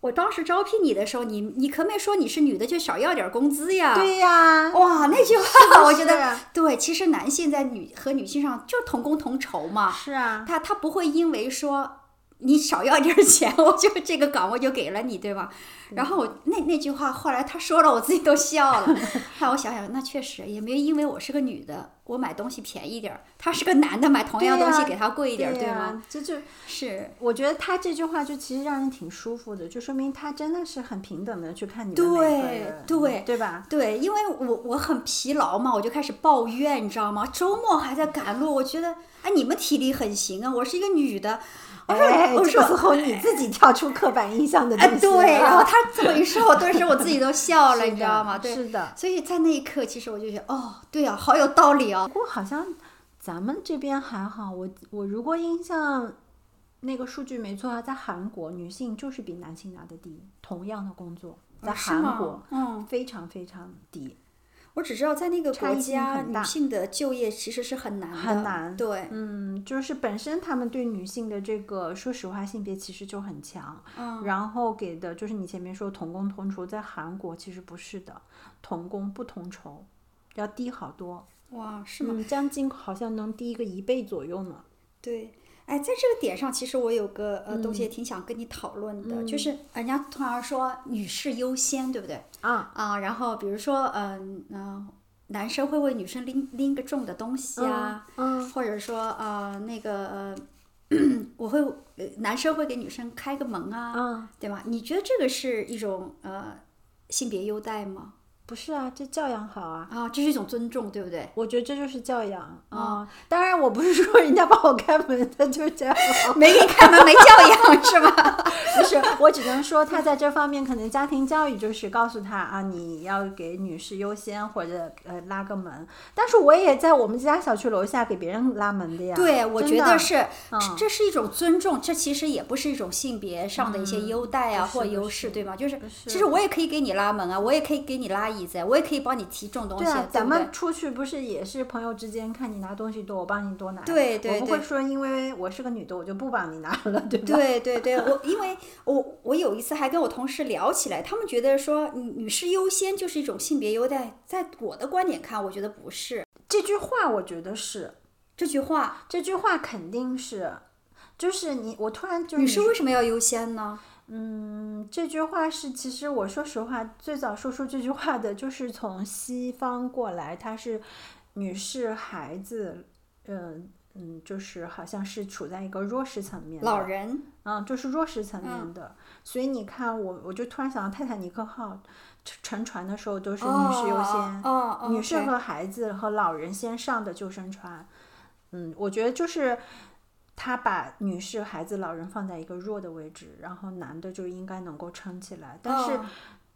[SPEAKER 4] 我当时招聘你的时候，你你可没说你是女的就少要点工资呀。
[SPEAKER 2] 对呀、
[SPEAKER 4] 哇，那句话我觉
[SPEAKER 2] 是
[SPEAKER 4] 得
[SPEAKER 2] 啊
[SPEAKER 4] 对。其实男性在女和女性上就是同工同酬嘛，
[SPEAKER 2] 是啊，
[SPEAKER 4] 他他不会因为说你少要点钱， 我就这个岗位就给了你，对吧？然后我那那句话后来他说了，我自己都笑了。 后来我想想，那确实也没有因为我是个女的，我买东西便宜点儿，他是个男的买同样
[SPEAKER 2] 对
[SPEAKER 4] 东西
[SPEAKER 2] 呀
[SPEAKER 4] 给他贵一点儿，
[SPEAKER 2] 呀、
[SPEAKER 4] 吗？，
[SPEAKER 2] 这就是我觉得他这句话就其实让人挺舒服的，就说明他真的是很平等的去看你们每个
[SPEAKER 4] 对
[SPEAKER 2] 人
[SPEAKER 4] 对
[SPEAKER 2] 对吧？
[SPEAKER 4] 对，因为我我很疲劳嘛，我就开始抱怨，你知道吗？周末还在赶路，我觉得哎，你们体力很行啊，我是一个女的，我说、
[SPEAKER 2] 哎，
[SPEAKER 4] 我
[SPEAKER 2] 这个
[SPEAKER 4] 说
[SPEAKER 2] 时候你自己跳出刻板印象的东
[SPEAKER 4] 哎
[SPEAKER 2] 西、
[SPEAKER 4] 对，然后他这么一说，我顿时我自己都 笑了，
[SPEAKER 2] 啊是
[SPEAKER 4] 你知道
[SPEAKER 2] 的
[SPEAKER 4] 吗？对，
[SPEAKER 2] 是的
[SPEAKER 4] 所以在那一刻，其实我就觉得哦，对啊，好有道理哦
[SPEAKER 2] 不。过好像咱们这边还好，我我如果印象那个数据没错啊，在韩国女性就是比男性拿的低，同样的工作在
[SPEAKER 4] 是
[SPEAKER 2] 韩
[SPEAKER 4] 吗
[SPEAKER 2] 国
[SPEAKER 4] 嗯
[SPEAKER 2] 非常非常低，
[SPEAKER 4] 我只知道在那个
[SPEAKER 2] 差
[SPEAKER 4] 国
[SPEAKER 2] 异性
[SPEAKER 4] 家，
[SPEAKER 2] 很大
[SPEAKER 4] 女性的就业其实是很难的，
[SPEAKER 2] 很难
[SPEAKER 4] 对，
[SPEAKER 2] 嗯，就是本身他们对女性的这个，说实话，性别歧视就很强。嗯，然后给的就是你前面说同工同酬，在韩国其实不是的，同工不同酬，要低好多。
[SPEAKER 4] 哇，是吗？
[SPEAKER 2] 嗯，将近好像能低个一倍左右呢。
[SPEAKER 4] 对，哎，在这个点上，其实我有个呃
[SPEAKER 2] 嗯
[SPEAKER 4] 东西也挺想跟你讨论的，就是人家通常说女士优先，对不对？
[SPEAKER 2] 啊
[SPEAKER 4] 啊，然后比如说，嗯、嗯、男生会为女生拎拎个重的东西啊，
[SPEAKER 2] 嗯
[SPEAKER 4] 或者说呃那个 呃，我会呃男生会给女生开个门啊，
[SPEAKER 2] 嗯，
[SPEAKER 4] 对吧？你觉得这个是一种呃性别优待吗？
[SPEAKER 2] 不是啊，这教养好啊。
[SPEAKER 4] 啊，这是一种尊重，对不对？
[SPEAKER 2] 我觉得这就是教养啊、
[SPEAKER 4] 哦
[SPEAKER 2] 当然，我不是说人家帮我开门，他就是 教养好。
[SPEAKER 4] 没给你开门，没教养是吧？
[SPEAKER 2] 就是我只能说，他在这方面可能家庭教育就是告诉他啊，你要给女士优先或者呃拉个门。但是我也在我们家小区楼下给别人拉门的呀。
[SPEAKER 4] 对，我
[SPEAKER 2] 真
[SPEAKER 4] 觉
[SPEAKER 2] 的
[SPEAKER 4] 得是，
[SPEAKER 2] 嗯
[SPEAKER 4] 这这是一种尊重，这其实也不是一种性别上的一些优待啊、
[SPEAKER 2] 嗯不是
[SPEAKER 4] 或
[SPEAKER 2] 不
[SPEAKER 4] 优
[SPEAKER 2] 是
[SPEAKER 4] 势，对吗？就是
[SPEAKER 2] 不
[SPEAKER 4] 其
[SPEAKER 2] 是
[SPEAKER 4] 实我也可以给你拉门啊，我也可以给你拉椅子，我也可以帮你提重东西，
[SPEAKER 2] 对啊，咱
[SPEAKER 4] 不
[SPEAKER 2] 们
[SPEAKER 4] 对？
[SPEAKER 2] 出去不是也是朋友之间，看你拿东西多，我帮你多拿。
[SPEAKER 4] 对对
[SPEAKER 2] 我不会
[SPEAKER 4] 对
[SPEAKER 2] 说因为我是个女的，我就不帮你拿了，对吧？
[SPEAKER 4] 对对对，我因为我我有一次还跟我同事聊起来，他们觉得说女女士优先就是一种性别优待，在我的观点看，我觉得不是
[SPEAKER 2] 这句话我觉得是，
[SPEAKER 4] 这句话，
[SPEAKER 2] 这句话肯定是，就是你，我突然就是
[SPEAKER 4] 女
[SPEAKER 2] 你
[SPEAKER 4] 士
[SPEAKER 2] 说
[SPEAKER 4] 为什么要优先呢？
[SPEAKER 2] 嗯，这句话是，其实我说实话，最早说出这句话的就是从西方过来，她是女士、孩子，嗯嗯，就是好像是处在一个弱势层面的，
[SPEAKER 4] 老人
[SPEAKER 2] 嗯，就是弱势层面
[SPEAKER 4] 嗯
[SPEAKER 2] 的。所以你看我，我就突然想到泰坦尼克号沉沉船的时候都是女士优先，
[SPEAKER 4] 哦哦，
[SPEAKER 2] 女士
[SPEAKER 4] 对
[SPEAKER 2] 和孩子和老人先上的救生船。嗯，我觉得就是他把女士、孩子、老人放在一个弱的位置，然后男的就应该能够撑起来。但是
[SPEAKER 4] 哦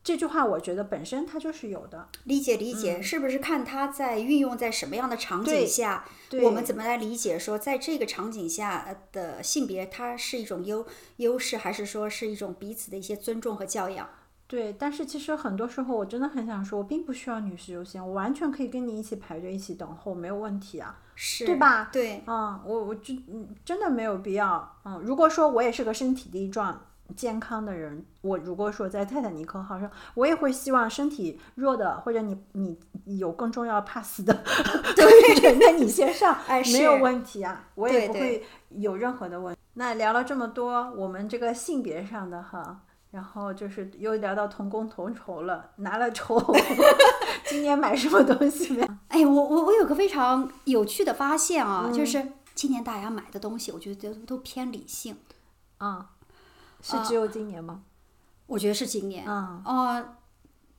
[SPEAKER 2] 这句话，我觉得本身它就是有的。
[SPEAKER 4] 理解理解，是不是看它在运用在什么样的场景
[SPEAKER 2] 对
[SPEAKER 4] 下，
[SPEAKER 2] 对
[SPEAKER 4] 我们怎么来理解说，在这个场景下呃的性别，它是一种优优势，还是说是一种彼此的一些尊重和教养？
[SPEAKER 2] 对，但是其实很多时候，我真的很想说，我并不需要女士优先，我完全可以跟你一起排队、一起等候，没有问题啊。
[SPEAKER 4] 是，
[SPEAKER 2] 对吧
[SPEAKER 4] 对，
[SPEAKER 2] 嗯，我我就嗯真的没有必要。嗯，如果说我也是个身体力壮、健康的人，我如果说在泰坦尼克号上，我也会希望身体弱的或者你你你有更重要 pass 的对人，那你先上，
[SPEAKER 4] 哎
[SPEAKER 2] 没有
[SPEAKER 4] 是
[SPEAKER 2] 问题啊，我
[SPEAKER 4] 对
[SPEAKER 2] 也不
[SPEAKER 4] 对
[SPEAKER 2] 会有任何的问题。那聊了这么多，我们这个性别上的哈。然后就是又聊到同工同酬了，拿了 酬，今年买什么东西没？嗯
[SPEAKER 4] 哎，我我我有个非常有趣的发现啊，就是今年大家买的东西，我觉得都都偏理性，嗯
[SPEAKER 2] 啊、是只有今年吗？
[SPEAKER 4] 我觉得是今年，
[SPEAKER 2] 嗯
[SPEAKER 4] 呃，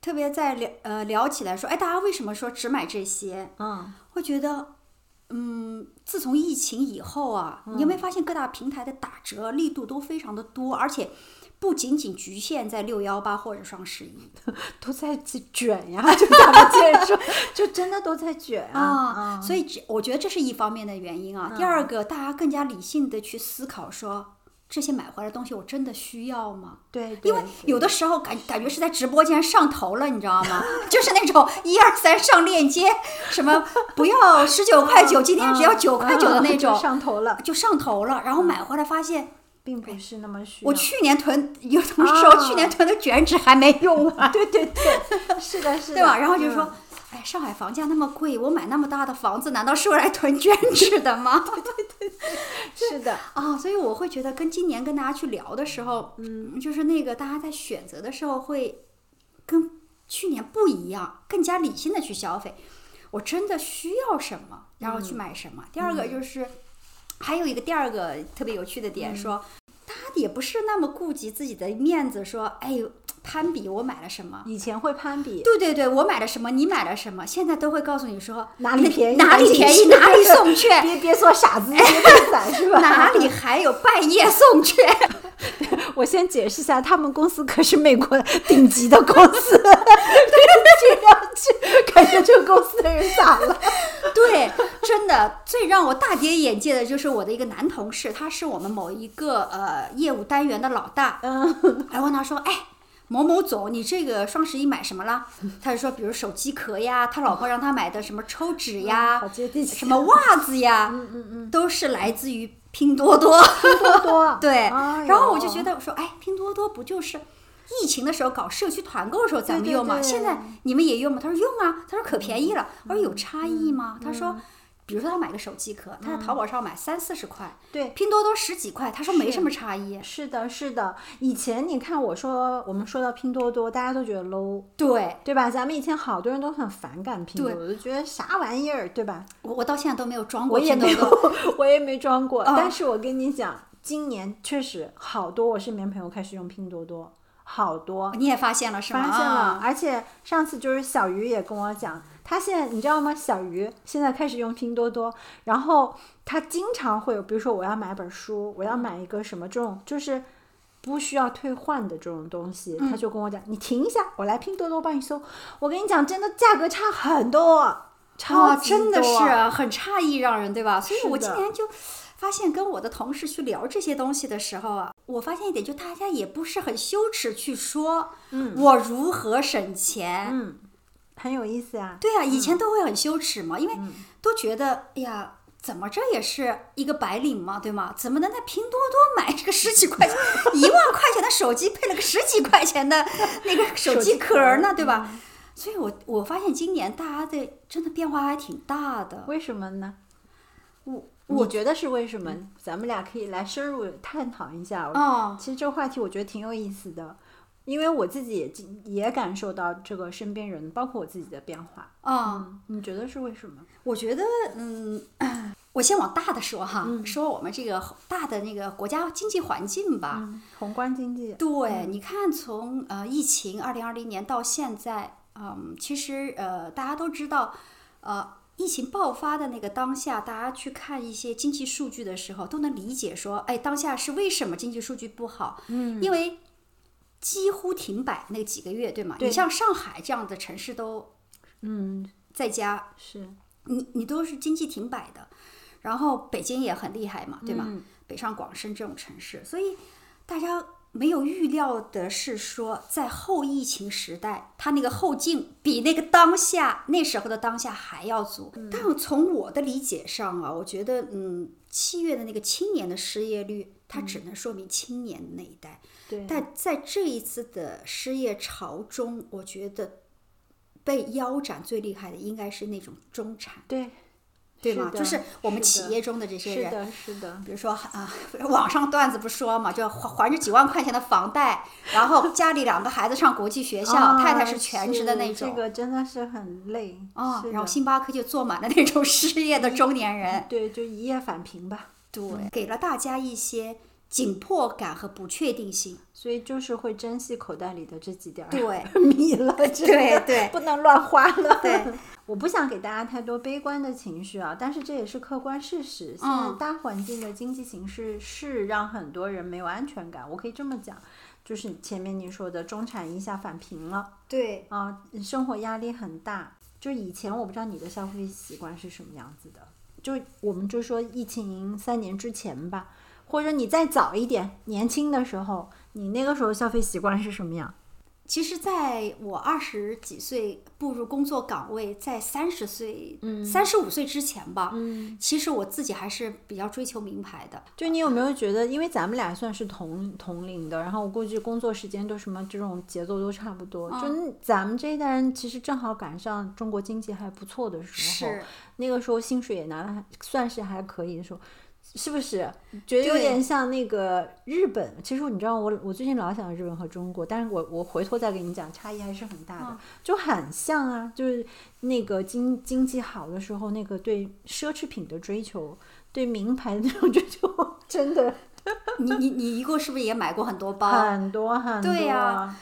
[SPEAKER 4] 特别在聊呃聊起来说，哎，大家为什么说只买这些？
[SPEAKER 2] 嗯
[SPEAKER 4] 会觉得，嗯，自从疫情以后啊，你有没有发现各大平台的打折力度都非常的多，而且不仅仅局限在六幺八或者双十一
[SPEAKER 2] 都在卷呀，就咱们接着说，就真的都在卷啊。嗯
[SPEAKER 4] 所以这我觉得这是一方面的原因啊。第二个，大家更加理性的去思考说。这些买回来的东西，我真的需要吗？
[SPEAKER 2] 对，
[SPEAKER 4] 因
[SPEAKER 2] 对
[SPEAKER 4] 为有的时候感感觉是在直播间上头了，你知道吗？ 就是那种一二三上链接，什么不要十九块九，今天只要九块九的那种
[SPEAKER 2] 嗯就，上头了，
[SPEAKER 4] 就上头了。然后买回来发现，
[SPEAKER 2] 并不是那么需要。
[SPEAKER 4] 我去年囤，有同事说
[SPEAKER 2] 啊
[SPEAKER 4] 去年囤的卷纸还没用 完，
[SPEAKER 2] 对对对，是的，是的，
[SPEAKER 4] 对吧？然后就
[SPEAKER 2] 嗯
[SPEAKER 4] 说，哎，上海房价那么贵，我买那么大的房子，难道是用来囤卷纸的吗？
[SPEAKER 2] 是的，
[SPEAKER 4] 啊，所以我会觉得跟今年跟大家去聊的时候，嗯，就是那个大家在选择的时候会跟去年不一样，更加理性的去消费。我真的需要什么，然后
[SPEAKER 2] 嗯
[SPEAKER 4] 去买什么。第二个就是，还有一个第二个特别有趣的
[SPEAKER 2] 嗯
[SPEAKER 4] 点，说大家也不是那么顾及自己的面子，说哎呦攀比我买了什么。
[SPEAKER 2] 以前会攀比，
[SPEAKER 4] 对对对，我买了什么，你买了什么，现在都会告诉你说
[SPEAKER 2] 哪里便宜
[SPEAKER 4] 哪里
[SPEAKER 2] 赶紧
[SPEAKER 4] 便宜
[SPEAKER 2] 去
[SPEAKER 4] 哪里送券，
[SPEAKER 2] 别别做傻子，别做散是吧？
[SPEAKER 4] 哪里还有半夜送券。
[SPEAKER 2] 我先解释一下，他们公司可是美国顶级的公司，这样去，感觉这个公司的人咋了？
[SPEAKER 4] 对，真的最让我大跌眼镜的就是我的一个男同事，他是我们某一个呃业务单元的老大。嗯，还问他说：“哎，某某总，你这个双十一买什么了？”他就说：“比如手机壳呀，他老婆让他买的什么抽纸呀，
[SPEAKER 2] 嗯好接地气
[SPEAKER 4] 什么袜子呀，嗯嗯嗯，都是来自于拼多多。
[SPEAKER 2] 多多
[SPEAKER 4] 对，
[SPEAKER 2] 哎呦
[SPEAKER 4] 然后我就觉得我说，哎，拼多多不就是疫情的时候搞社区团购的时候咱们
[SPEAKER 2] 对对
[SPEAKER 4] 用吗？
[SPEAKER 2] 对嗯
[SPEAKER 4] 现在你们也用吗？他说用啊，他说可便宜了。我说有差异吗？他说。比如说他买个手机壳，他在淘宝上买三四十块，
[SPEAKER 2] 嗯对
[SPEAKER 4] 拼多多十几块，他说没什么差异。
[SPEAKER 2] 是的，是的。以前你看，我说我们说到拼多多，大家都觉得 low，
[SPEAKER 4] 对
[SPEAKER 2] 对吧？咱们以前好多人都很反感拼多多，就觉得啥玩意儿，对吧？
[SPEAKER 4] 我我到现在都没有装
[SPEAKER 2] 我
[SPEAKER 4] 过
[SPEAKER 2] 也
[SPEAKER 4] 拼多
[SPEAKER 2] 没
[SPEAKER 4] 多，嗯
[SPEAKER 2] 有， 我也没装过。但是我跟你讲，今年确实好多我身边朋友开始用拼多多，好多。
[SPEAKER 4] 你也发现了是吗？
[SPEAKER 2] 发现了，
[SPEAKER 4] 啊
[SPEAKER 2] 而且上次就是小鱼也跟我讲，他现在你知道吗？小鱼现在开始用拼多多，然后他经常会有，比如说我要买本书，我要买一个什么这种，就是不需要退换的这种东西，他就跟我讲，你停一下，我来拼多多帮你搜。我跟你讲，真的价格差很多，超
[SPEAKER 4] 哦，
[SPEAKER 2] 级
[SPEAKER 4] 真的
[SPEAKER 2] 多
[SPEAKER 4] 是很诧异，让人对吧？所以
[SPEAKER 2] 是
[SPEAKER 4] 我
[SPEAKER 2] 的
[SPEAKER 4] 今年就发现，跟我的同事去聊这些东西的时候啊，我发现一点，就大家也不是很羞耻去说，嗯，我如何省钱，
[SPEAKER 2] 嗯，很有意思啊。
[SPEAKER 4] 对啊，以前都会很羞耻嘛，因为
[SPEAKER 2] 嗯
[SPEAKER 4] 都觉得，哎呀。怎么着也是一个白领嘛，对吗？怎么能在拼多多买这个十 几块钱、一万块钱的手机，配了个十几块钱的那个手机壳儿呢，对
[SPEAKER 2] 嗯
[SPEAKER 4] 吧？所以我我发现今年大家的真的变化还挺大的。
[SPEAKER 2] 为什么呢？
[SPEAKER 4] 我
[SPEAKER 2] 你嗯嗯觉得是为什么？咱们俩可以来深入探讨一下。我
[SPEAKER 4] 哦，
[SPEAKER 2] 其实这个话题我觉得挺有意思的，因为我自己也经也感受到这个身边人，包括我自己的变化。
[SPEAKER 4] 啊、
[SPEAKER 2] 嗯，你觉得是为什么？
[SPEAKER 4] 我觉得，嗯， 我先往大的说哈，
[SPEAKER 2] 嗯
[SPEAKER 4] 说我们这个大的那个国家经济环境吧。
[SPEAKER 2] 嗯，宏观经济，
[SPEAKER 4] 啊对，你看从呃疫情二零二零年到现在，嗯，其实呃大家都知道，呃。疫情爆发的那个当下，大家去看一些经济数据的时候，都能理解说，哎，当下是为什么经济数据不好？嗯，因为几乎停摆那几个月，对吗？
[SPEAKER 2] 对
[SPEAKER 4] 你像上海这样的城市都
[SPEAKER 2] 嗯，
[SPEAKER 4] 在家
[SPEAKER 2] 是
[SPEAKER 4] 你你都是经济停摆的，然后北京也很厉害嘛，对吧？
[SPEAKER 2] 嗯
[SPEAKER 4] 北上广深这种城市，所以大家没有预料的是说，在后疫情时代，它那个后劲比那个当下那时候的当下还要足。但从我的理解上啊，我觉得，嗯，七月的那个青年的失业率，它只能说明青年那一代。
[SPEAKER 2] 对，
[SPEAKER 4] 但在这一次的失业潮中，我觉得被腰斩最厉害的应该是那种中产。
[SPEAKER 2] 对，
[SPEAKER 4] 对吗？
[SPEAKER 2] 是的
[SPEAKER 4] 就是我们
[SPEAKER 2] 是的
[SPEAKER 4] 企业中的这些
[SPEAKER 2] 是
[SPEAKER 4] 人。
[SPEAKER 2] 的，是的，
[SPEAKER 4] 比如说啊，网上段子不说嘛，就还还着几万块钱的房贷，然 后家里两个孩子上国际学校，
[SPEAKER 2] 啊
[SPEAKER 4] 太太是全职的那
[SPEAKER 2] 是
[SPEAKER 4] 种
[SPEAKER 2] 这个真的是很累
[SPEAKER 4] 啊、
[SPEAKER 2] 是
[SPEAKER 4] 然后
[SPEAKER 2] 的嗯
[SPEAKER 4] 星巴克就坐满了那种失业的中年人，
[SPEAKER 2] 对，就一夜返贫吧。嗯
[SPEAKER 4] 对，给了大家一些紧迫感和不确 定性。
[SPEAKER 2] 所以就是会珍惜口袋里的这几 点儿
[SPEAKER 4] 对
[SPEAKER 2] 米了，真的
[SPEAKER 4] 对对
[SPEAKER 2] 不能乱花了。
[SPEAKER 4] 对，
[SPEAKER 2] 我不想给大家太多悲观的情绪啊，但是这也是客观事实。现在
[SPEAKER 4] 嗯
[SPEAKER 2] 大环境的经济形势是让很多人没有安全感，我可以这么讲，就是前面你说的中产一下返贫了
[SPEAKER 4] 对，
[SPEAKER 2] 啊，生活压力很大。就以前我不知道你的消费习惯是什么样子的，就我们就说疫情三年之前吧，或者你再早一点，年轻的时候，你那个时候消费习惯是什么样？
[SPEAKER 4] 其实，在我二十几岁步入工作岗位，在三十岁、三十五岁之前吧，
[SPEAKER 2] 嗯，哦
[SPEAKER 4] 其实我自己还是比较追求名牌的。
[SPEAKER 2] 就你有没有觉得，因为咱们俩算是同同龄的，然后我估计工作时间都什么这种节奏都差不多，
[SPEAKER 4] 嗯
[SPEAKER 2] 就咱们这一代人其实正好赶上中国经济还不错的时候，
[SPEAKER 4] 是，
[SPEAKER 2] 那个时候薪水也拿的算是还可以的时候。是不是觉得有
[SPEAKER 4] 嗯对
[SPEAKER 2] 点像那个日本？其实你知道我，我最近老想日本和中国，但是我我回头再跟你讲，差异还是很大的，
[SPEAKER 4] 嗯
[SPEAKER 2] 就很像啊，就是那个经经济好的时候，那个对奢侈品的追求，对名牌的那种追求， 真的
[SPEAKER 4] 你你你一共是不是也买过很多包？
[SPEAKER 2] 很多很多。
[SPEAKER 4] 对呀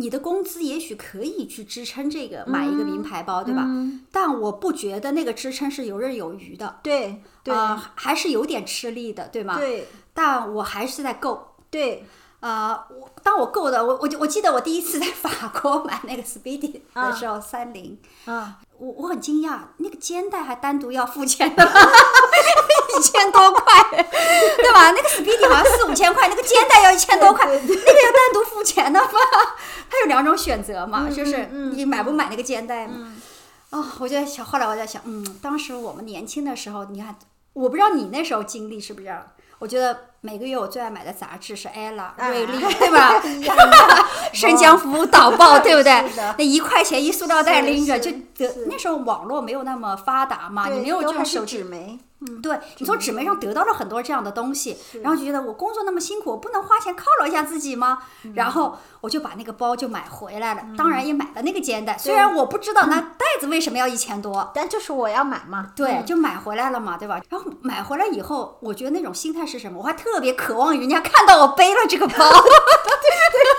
[SPEAKER 4] 你的工资也许可以去支撑这个买一个名牌包，对吧？
[SPEAKER 2] 嗯
[SPEAKER 4] 但我不觉得那个支撑是游刃有余的，
[SPEAKER 2] 对对、
[SPEAKER 4] 啊、还是有点吃力的，对吗？
[SPEAKER 2] 对
[SPEAKER 4] 但我还是在够。
[SPEAKER 2] 对
[SPEAKER 4] 啊、我当我够的，我我就我记得我第一次在法国买那个 Speedy
[SPEAKER 2] 啊
[SPEAKER 4] 的时候，三菱、
[SPEAKER 2] 啊，
[SPEAKER 4] 我我很惊讶，那个肩带还单独要付钱的， 一千多块，对吧？那个 Speedy 好像四五千块，那个肩带要一千多块，
[SPEAKER 2] 对
[SPEAKER 4] 那个要单独付钱的吗？它有两种选择嘛，
[SPEAKER 2] 嗯
[SPEAKER 4] 就是
[SPEAKER 2] 嗯嗯嗯
[SPEAKER 4] 你买不买那个肩带嘛。啊、我就在想，后来我在想，嗯，当时我们年轻的时候，你看，我不知道你那时候经历是不是这样。我觉得每个月我最爱买的杂志是 ella、瑞
[SPEAKER 2] 啊
[SPEAKER 4] 丽，对 吧？生姜服务导报，对不对？
[SPEAKER 2] 是的
[SPEAKER 4] 那一块钱一塑料袋
[SPEAKER 2] 是
[SPEAKER 4] 拎着，就是得
[SPEAKER 2] 是
[SPEAKER 4] 那时候网络没有那么发达嘛，
[SPEAKER 2] 对
[SPEAKER 4] 你没有
[SPEAKER 2] 都
[SPEAKER 4] 这
[SPEAKER 2] 还
[SPEAKER 4] 种
[SPEAKER 2] 是
[SPEAKER 4] 手
[SPEAKER 2] 纸
[SPEAKER 4] 机，
[SPEAKER 2] 媒，嗯，
[SPEAKER 4] 对，你从纸媒上得到了很多这样的东西，然后就觉得我工作那么辛苦，我不能花钱犒劳一下自己吗？
[SPEAKER 2] 嗯
[SPEAKER 4] 然后我就把那个包就买回来了，当然也买了那个肩带，虽然我不知道
[SPEAKER 2] 嗯
[SPEAKER 4] 那袋子为什么要一千多。
[SPEAKER 2] 但就是我要买嘛，嗯
[SPEAKER 4] 对，就买回来了嘛，对吧？然后买回来以后，我觉得那种心态是什么？我还特别渴望人家看到我背了这个包，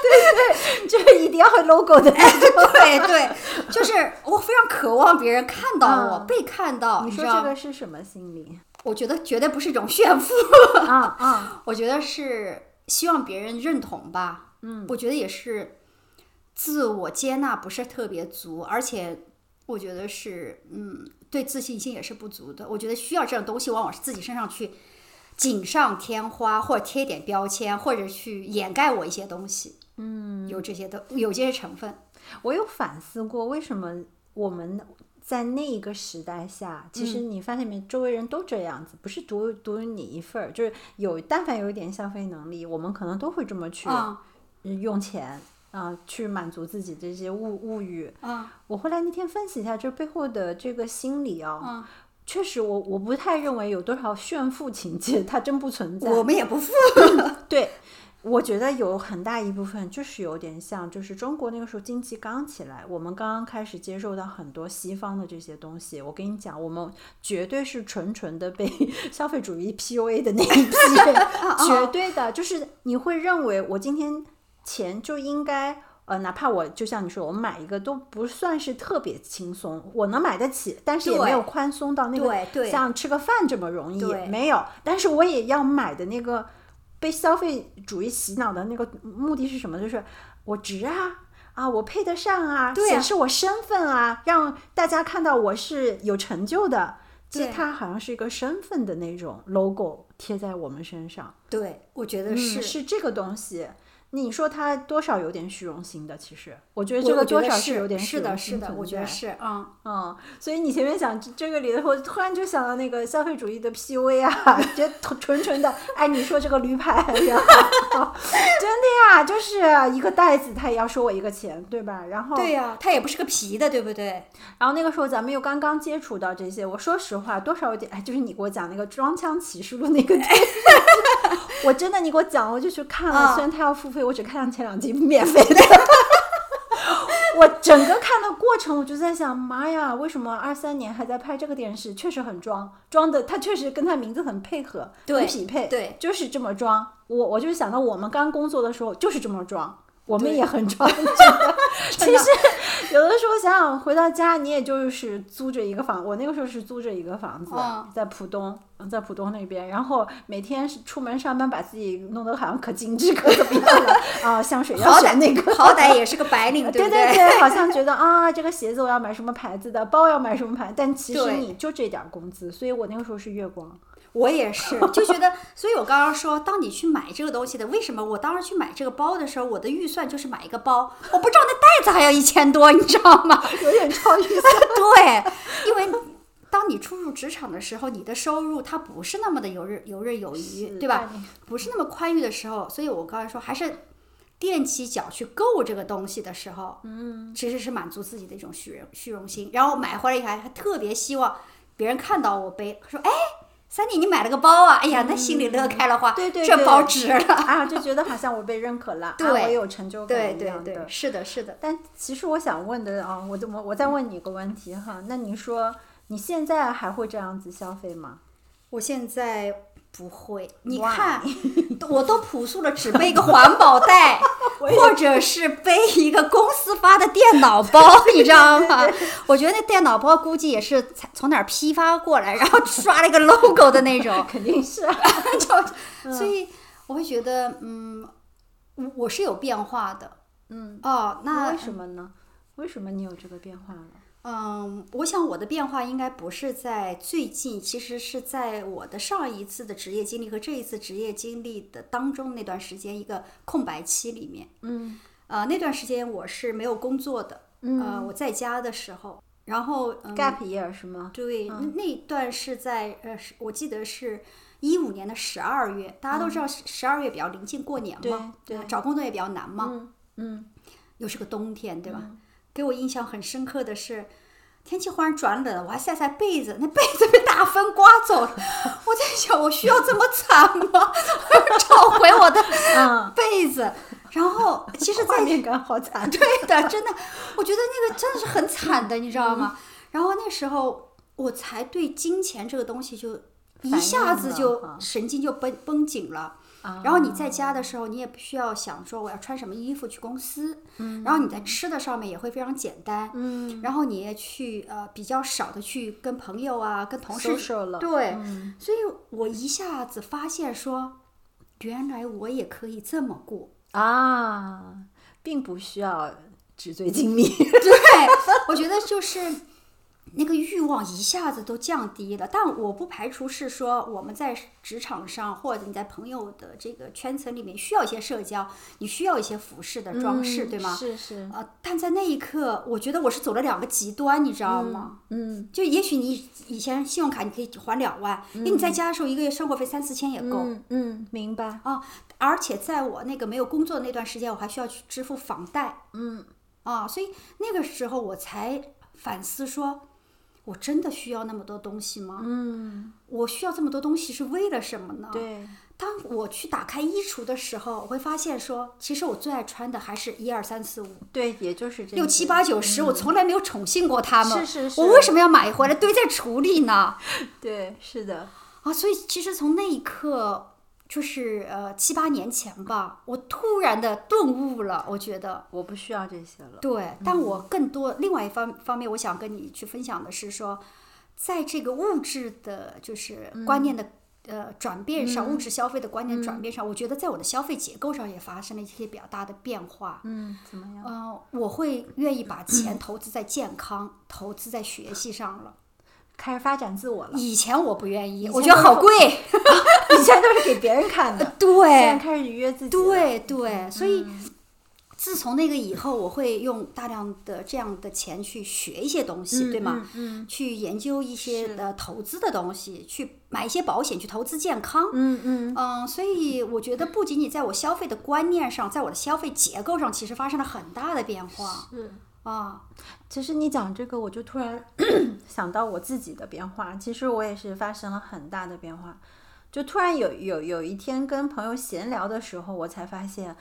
[SPEAKER 2] 就是一定要 logo 的。
[SPEAKER 4] 对对，就是我非常渴望别人看到我，
[SPEAKER 2] 嗯
[SPEAKER 4] 被看到，
[SPEAKER 2] 你
[SPEAKER 4] 你
[SPEAKER 2] 说
[SPEAKER 4] 知道
[SPEAKER 2] 这
[SPEAKER 4] 吗？
[SPEAKER 2] 个是什么心理？
[SPEAKER 4] 我觉得绝对不是一种炫富，
[SPEAKER 2] 啊啊，
[SPEAKER 4] 我觉得是希望别人认同吧。
[SPEAKER 2] 嗯，
[SPEAKER 4] 我觉得也是自我接纳不是特别足，而且我觉得是嗯，对自信心也是不足的。我觉得需要这种东西，往往是自己身上去锦上添花，或者贴点标签，或者去掩盖我一些东西。嗯，有这些的，有这些成分。
[SPEAKER 2] 我有反思过，为什么我们在那一个时代下，其实你发现没，周围人都这样子，不是独独你一份儿，就是有但凡有一点消费能力，我们可能都会这么去
[SPEAKER 4] 啊
[SPEAKER 2] 用钱啊、去满足自己这些物物欲。
[SPEAKER 4] 啊
[SPEAKER 2] 我后来那天分析一下这背后的这个心理啊、
[SPEAKER 4] 嗯
[SPEAKER 2] 确实我我不太认为有多少炫富情节，它真不存在。
[SPEAKER 4] 我们也不富，
[SPEAKER 2] 对，我觉得有很大一部分就是有点像，就是中国那个时候经济刚起来，我们刚刚开始接受到很多西方的这些东西。我跟你讲，我们绝对是纯纯的被 消费主义 PUA 的那一批
[SPEAKER 4] 嗯
[SPEAKER 2] 人，绝对的，就是你会认为我今天钱就应该。呃，哪怕我就像你说，我买一个都不算是特别轻松，我能买得起，但是也没有
[SPEAKER 4] 对
[SPEAKER 2] 宽松到那
[SPEAKER 4] 对
[SPEAKER 2] 个
[SPEAKER 4] 对
[SPEAKER 2] 像吃个饭这么容易，
[SPEAKER 4] 对
[SPEAKER 2] 没有。但是我也要买的那个被消费主义洗脑的那个目的是什么？就是我值啊啊，我配得上啊，
[SPEAKER 4] 对啊
[SPEAKER 2] 显示我身份啊，让大家看到我是有成就的。其实
[SPEAKER 4] 对
[SPEAKER 2] 它好像是一个身份的那种 logo 贴在我们身上，
[SPEAKER 4] 对，我觉得
[SPEAKER 2] 嗯
[SPEAKER 4] 是、
[SPEAKER 2] 是这个东西。你说他多少有点虚荣心的，其实我觉得
[SPEAKER 4] 我
[SPEAKER 2] 这个
[SPEAKER 4] 我觉
[SPEAKER 2] 多
[SPEAKER 4] 得
[SPEAKER 2] 少
[SPEAKER 4] 是
[SPEAKER 2] 有点虚
[SPEAKER 4] 是的，
[SPEAKER 2] 荣
[SPEAKER 4] 是
[SPEAKER 2] 心
[SPEAKER 4] 的，
[SPEAKER 2] 存
[SPEAKER 4] 我觉得
[SPEAKER 2] 在
[SPEAKER 4] 是啊，
[SPEAKER 2] 嗯，所以你前面讲这这个里头，我突然就想到那个消费主义的 PUA 啊， 这纯纯纯的，哎，你说这个驴牌，然后 真的呀，就是一个袋子，他也要收我一个钱，对吧？然后，
[SPEAKER 4] 对呀、它也不是个皮的，对不对？
[SPEAKER 2] 然后那个时候咱们又刚刚接触到这些，我说实话，多少有点，哎，就是你给我讲那个《装腔启示录》那个电视剧， 我真的你给我讲，我就去看了，
[SPEAKER 4] 啊
[SPEAKER 2] 虽然它要付费，我只看了前两集免费的。 我整个看的过程，我就在想，妈呀，为什么二三年还在拍这个电视？确实很装，装的，它确实跟它名字很配合，
[SPEAKER 4] 对
[SPEAKER 2] 很匹配，
[SPEAKER 4] 对
[SPEAKER 2] 就是这么装。我我就想到我们刚工作的时候就是这么装，我们
[SPEAKER 4] 对
[SPEAKER 2] 也很 装，真的。其实有的时候想想回到家，你也就是租着一个房，我那个时候是租着一个房子，
[SPEAKER 4] 嗯
[SPEAKER 2] 在浦东，在浦东那边，然后每天是出门上班，把自己弄得好像可精致可怎么样了啊，香水要
[SPEAKER 4] 好
[SPEAKER 2] 选那
[SPEAKER 4] 歹
[SPEAKER 2] 个。
[SPEAKER 4] 好歹也是个 白领，
[SPEAKER 2] 对
[SPEAKER 4] 不
[SPEAKER 2] 对对，好 像觉得啊，这个鞋子我要买什么牌子的，包要买什么牌，但其实
[SPEAKER 4] 对
[SPEAKER 2] 你就这点儿工资，所以我那个时候是月光。
[SPEAKER 4] 我也是，就觉得，所以我刚刚说，当你去买这个东西的，为什么我当时去买这个包的时候，我的预算就是买一个包，我不知道那袋子还要一千多，你知道吗？
[SPEAKER 2] 有点超预算。
[SPEAKER 4] 对，因为当你初入职场的时候，你的收入它不是那么的游刃游刃有余， 对
[SPEAKER 2] 嗯
[SPEAKER 4] 吧？？不是那么宽裕的时候，所以我刚才说，还是踮起脚去购这个东西的时候，嗯，其实是满足自己的一种虚荣虚荣心。然后买回来以后，还特别希望别人看到我背，说：“哎，三弟你买了个包啊！”哎呀，那心里乐开了花，
[SPEAKER 2] 嗯对对
[SPEAKER 4] 这
[SPEAKER 2] 对
[SPEAKER 4] 包值了。
[SPEAKER 2] 啊，就觉得好像我被认可了，
[SPEAKER 4] 对
[SPEAKER 2] 啊，我有成就感
[SPEAKER 4] 对
[SPEAKER 2] 一
[SPEAKER 4] 对
[SPEAKER 2] 样的。
[SPEAKER 4] 对，是的，是的。
[SPEAKER 2] 但其实我想问的啊，我我我再问你一个问题哈，那你说你现在还会这样子消费吗？
[SPEAKER 4] 我现在不会，你
[SPEAKER 2] Why？，
[SPEAKER 4] 看，我都朴素了，只背一个环保袋，或者是背一个公司发的电脑包，你知道吗？我觉得那电脑包估计也是才从哪儿批发过来，然后刷了一个 logo 的那种
[SPEAKER 2] 肯定是啊，嗯
[SPEAKER 4] 就所以我会觉得，嗯，我我是有变化的。
[SPEAKER 2] 嗯，
[SPEAKER 4] 哦，那
[SPEAKER 2] 为什么呢？为什么你有这个变化了？
[SPEAKER 4] 嗯，我想我的变化应该不是在最近，其实是在我的上一次的职业经历和这一次职业经历的当中那段时间一个空白期里面。
[SPEAKER 2] 嗯
[SPEAKER 4] 呃，那段时间我是没有工作的，呃，我在家的时候，然后嗯，
[SPEAKER 2] ，gap 嗯 year 是吗？
[SPEAKER 4] 对，那那一段是在呃，是我记得是一五年的十二月，大家都知道十二月比较临近过年嘛，
[SPEAKER 2] 嗯对对
[SPEAKER 4] 找工作也比较难嘛，
[SPEAKER 2] 嗯嗯，
[SPEAKER 4] 又是个冬天，对吧？给我印象很深刻的是，天气忽然转冷了，我还晒晒被子，那被子被大风刮走了。 我在想，我需要这么惨吗？ 我要找回我的
[SPEAKER 2] 嗯
[SPEAKER 4] 被子。然后，其实，
[SPEAKER 2] 画
[SPEAKER 4] 在
[SPEAKER 2] 面感好惨。
[SPEAKER 4] 对的，真的，我觉得那个真的是很惨的，你知道吗？
[SPEAKER 2] 嗯
[SPEAKER 4] 然后那时候我才对金钱这个东西就一
[SPEAKER 2] 反
[SPEAKER 4] 下
[SPEAKER 2] 应
[SPEAKER 4] 子
[SPEAKER 2] 了
[SPEAKER 4] 就
[SPEAKER 2] 哈
[SPEAKER 4] 神经就绷绷紧了。
[SPEAKER 2] 啊
[SPEAKER 4] 然后你在家的时候，你也不需要想说我要穿什么衣服去公司，然后你在吃的上面也会非常简单，
[SPEAKER 2] 嗯，
[SPEAKER 4] 然后你也去呃比较少的去跟朋友啊、跟同事
[SPEAKER 2] social 了
[SPEAKER 4] 对，
[SPEAKER 2] 嗯
[SPEAKER 4] 所以我一下子发现说，原来我也可以这么过，
[SPEAKER 2] 啊，并不需要纸醉金迷。
[SPEAKER 4] 我觉得就是那个欲望一下子都降低了，但我不排除是说我们在职场上或者你在朋友的这个圈层里面需要一些社交，你需要一些服 饰的装饰，
[SPEAKER 2] 嗯
[SPEAKER 4] 对吗？
[SPEAKER 2] 是是，
[SPEAKER 4] 呃，但在那一刻，我觉得我是走了两个极端，你知道吗？
[SPEAKER 2] 嗯
[SPEAKER 4] 就也许你以前信用卡你可以还两万，因为你在家的时候一个月生活费三四千也够。
[SPEAKER 2] 嗯嗯，明白。
[SPEAKER 4] 啊，而且在我那个没有工作的那段时间，我还需要去支付房贷
[SPEAKER 2] 嗯
[SPEAKER 4] 啊，所以那个时候我才反思说，我真的需要那么多东西吗？
[SPEAKER 2] 嗯，
[SPEAKER 4] 我需要这么多东西是为了什么呢？
[SPEAKER 2] 对，
[SPEAKER 4] 当我去打开衣橱的时候，我会发现说，其实我最爱穿的还是一二三四五
[SPEAKER 2] 对，也就是这
[SPEAKER 4] 六
[SPEAKER 2] 些
[SPEAKER 4] 七八九十，我从来没有宠幸过他们。
[SPEAKER 2] 嗯是是
[SPEAKER 4] 我为什么要买回来堆在橱里呢？
[SPEAKER 2] 对，是的，
[SPEAKER 4] 啊，所以其实从那一刻，就是呃七八年前吧，我突然的顿悟了，我觉得。
[SPEAKER 2] 我不需要这些了。
[SPEAKER 4] 对，
[SPEAKER 2] 嗯
[SPEAKER 4] 但我更多另外一方方面，我想跟你去分享的是说，在这个物质的，就是
[SPEAKER 2] 嗯
[SPEAKER 4] 观念的、呃转变上，物质消费的观念转变上，我觉得在我的消费结构上也发生了一些比较大的变化。
[SPEAKER 2] 嗯，怎么样？
[SPEAKER 4] 嗯、我会愿意 把钱投资在健康、投资在学习上了。
[SPEAKER 2] 开始发展自我了。
[SPEAKER 4] 以前我不愿意，
[SPEAKER 2] 前
[SPEAKER 4] 我觉得好贵，
[SPEAKER 2] 以前都是给别人看 的，现在
[SPEAKER 4] 对
[SPEAKER 2] 开始约自己了。
[SPEAKER 4] 哎
[SPEAKER 2] 嗯
[SPEAKER 4] 对对，所以。自从那个以后，我会用大量的这样的钱去学一些东西，对吗？
[SPEAKER 2] 嗯
[SPEAKER 4] 去研究一些
[SPEAKER 2] 是
[SPEAKER 4] 呃投资的东西，去买一些保险，去投资健康。
[SPEAKER 2] 嗯嗯，
[SPEAKER 4] 嗯，所以我觉得不仅仅在我消费的观念上，在我的消费结构上，其实发生了很大的变化
[SPEAKER 2] 是。
[SPEAKER 4] 啊。
[SPEAKER 2] 其实你讲这个，我就突然 想到我自己的变化。其实我也是发生了很大的变化，就突然有有有一天跟朋友闲聊的时候，我才发现，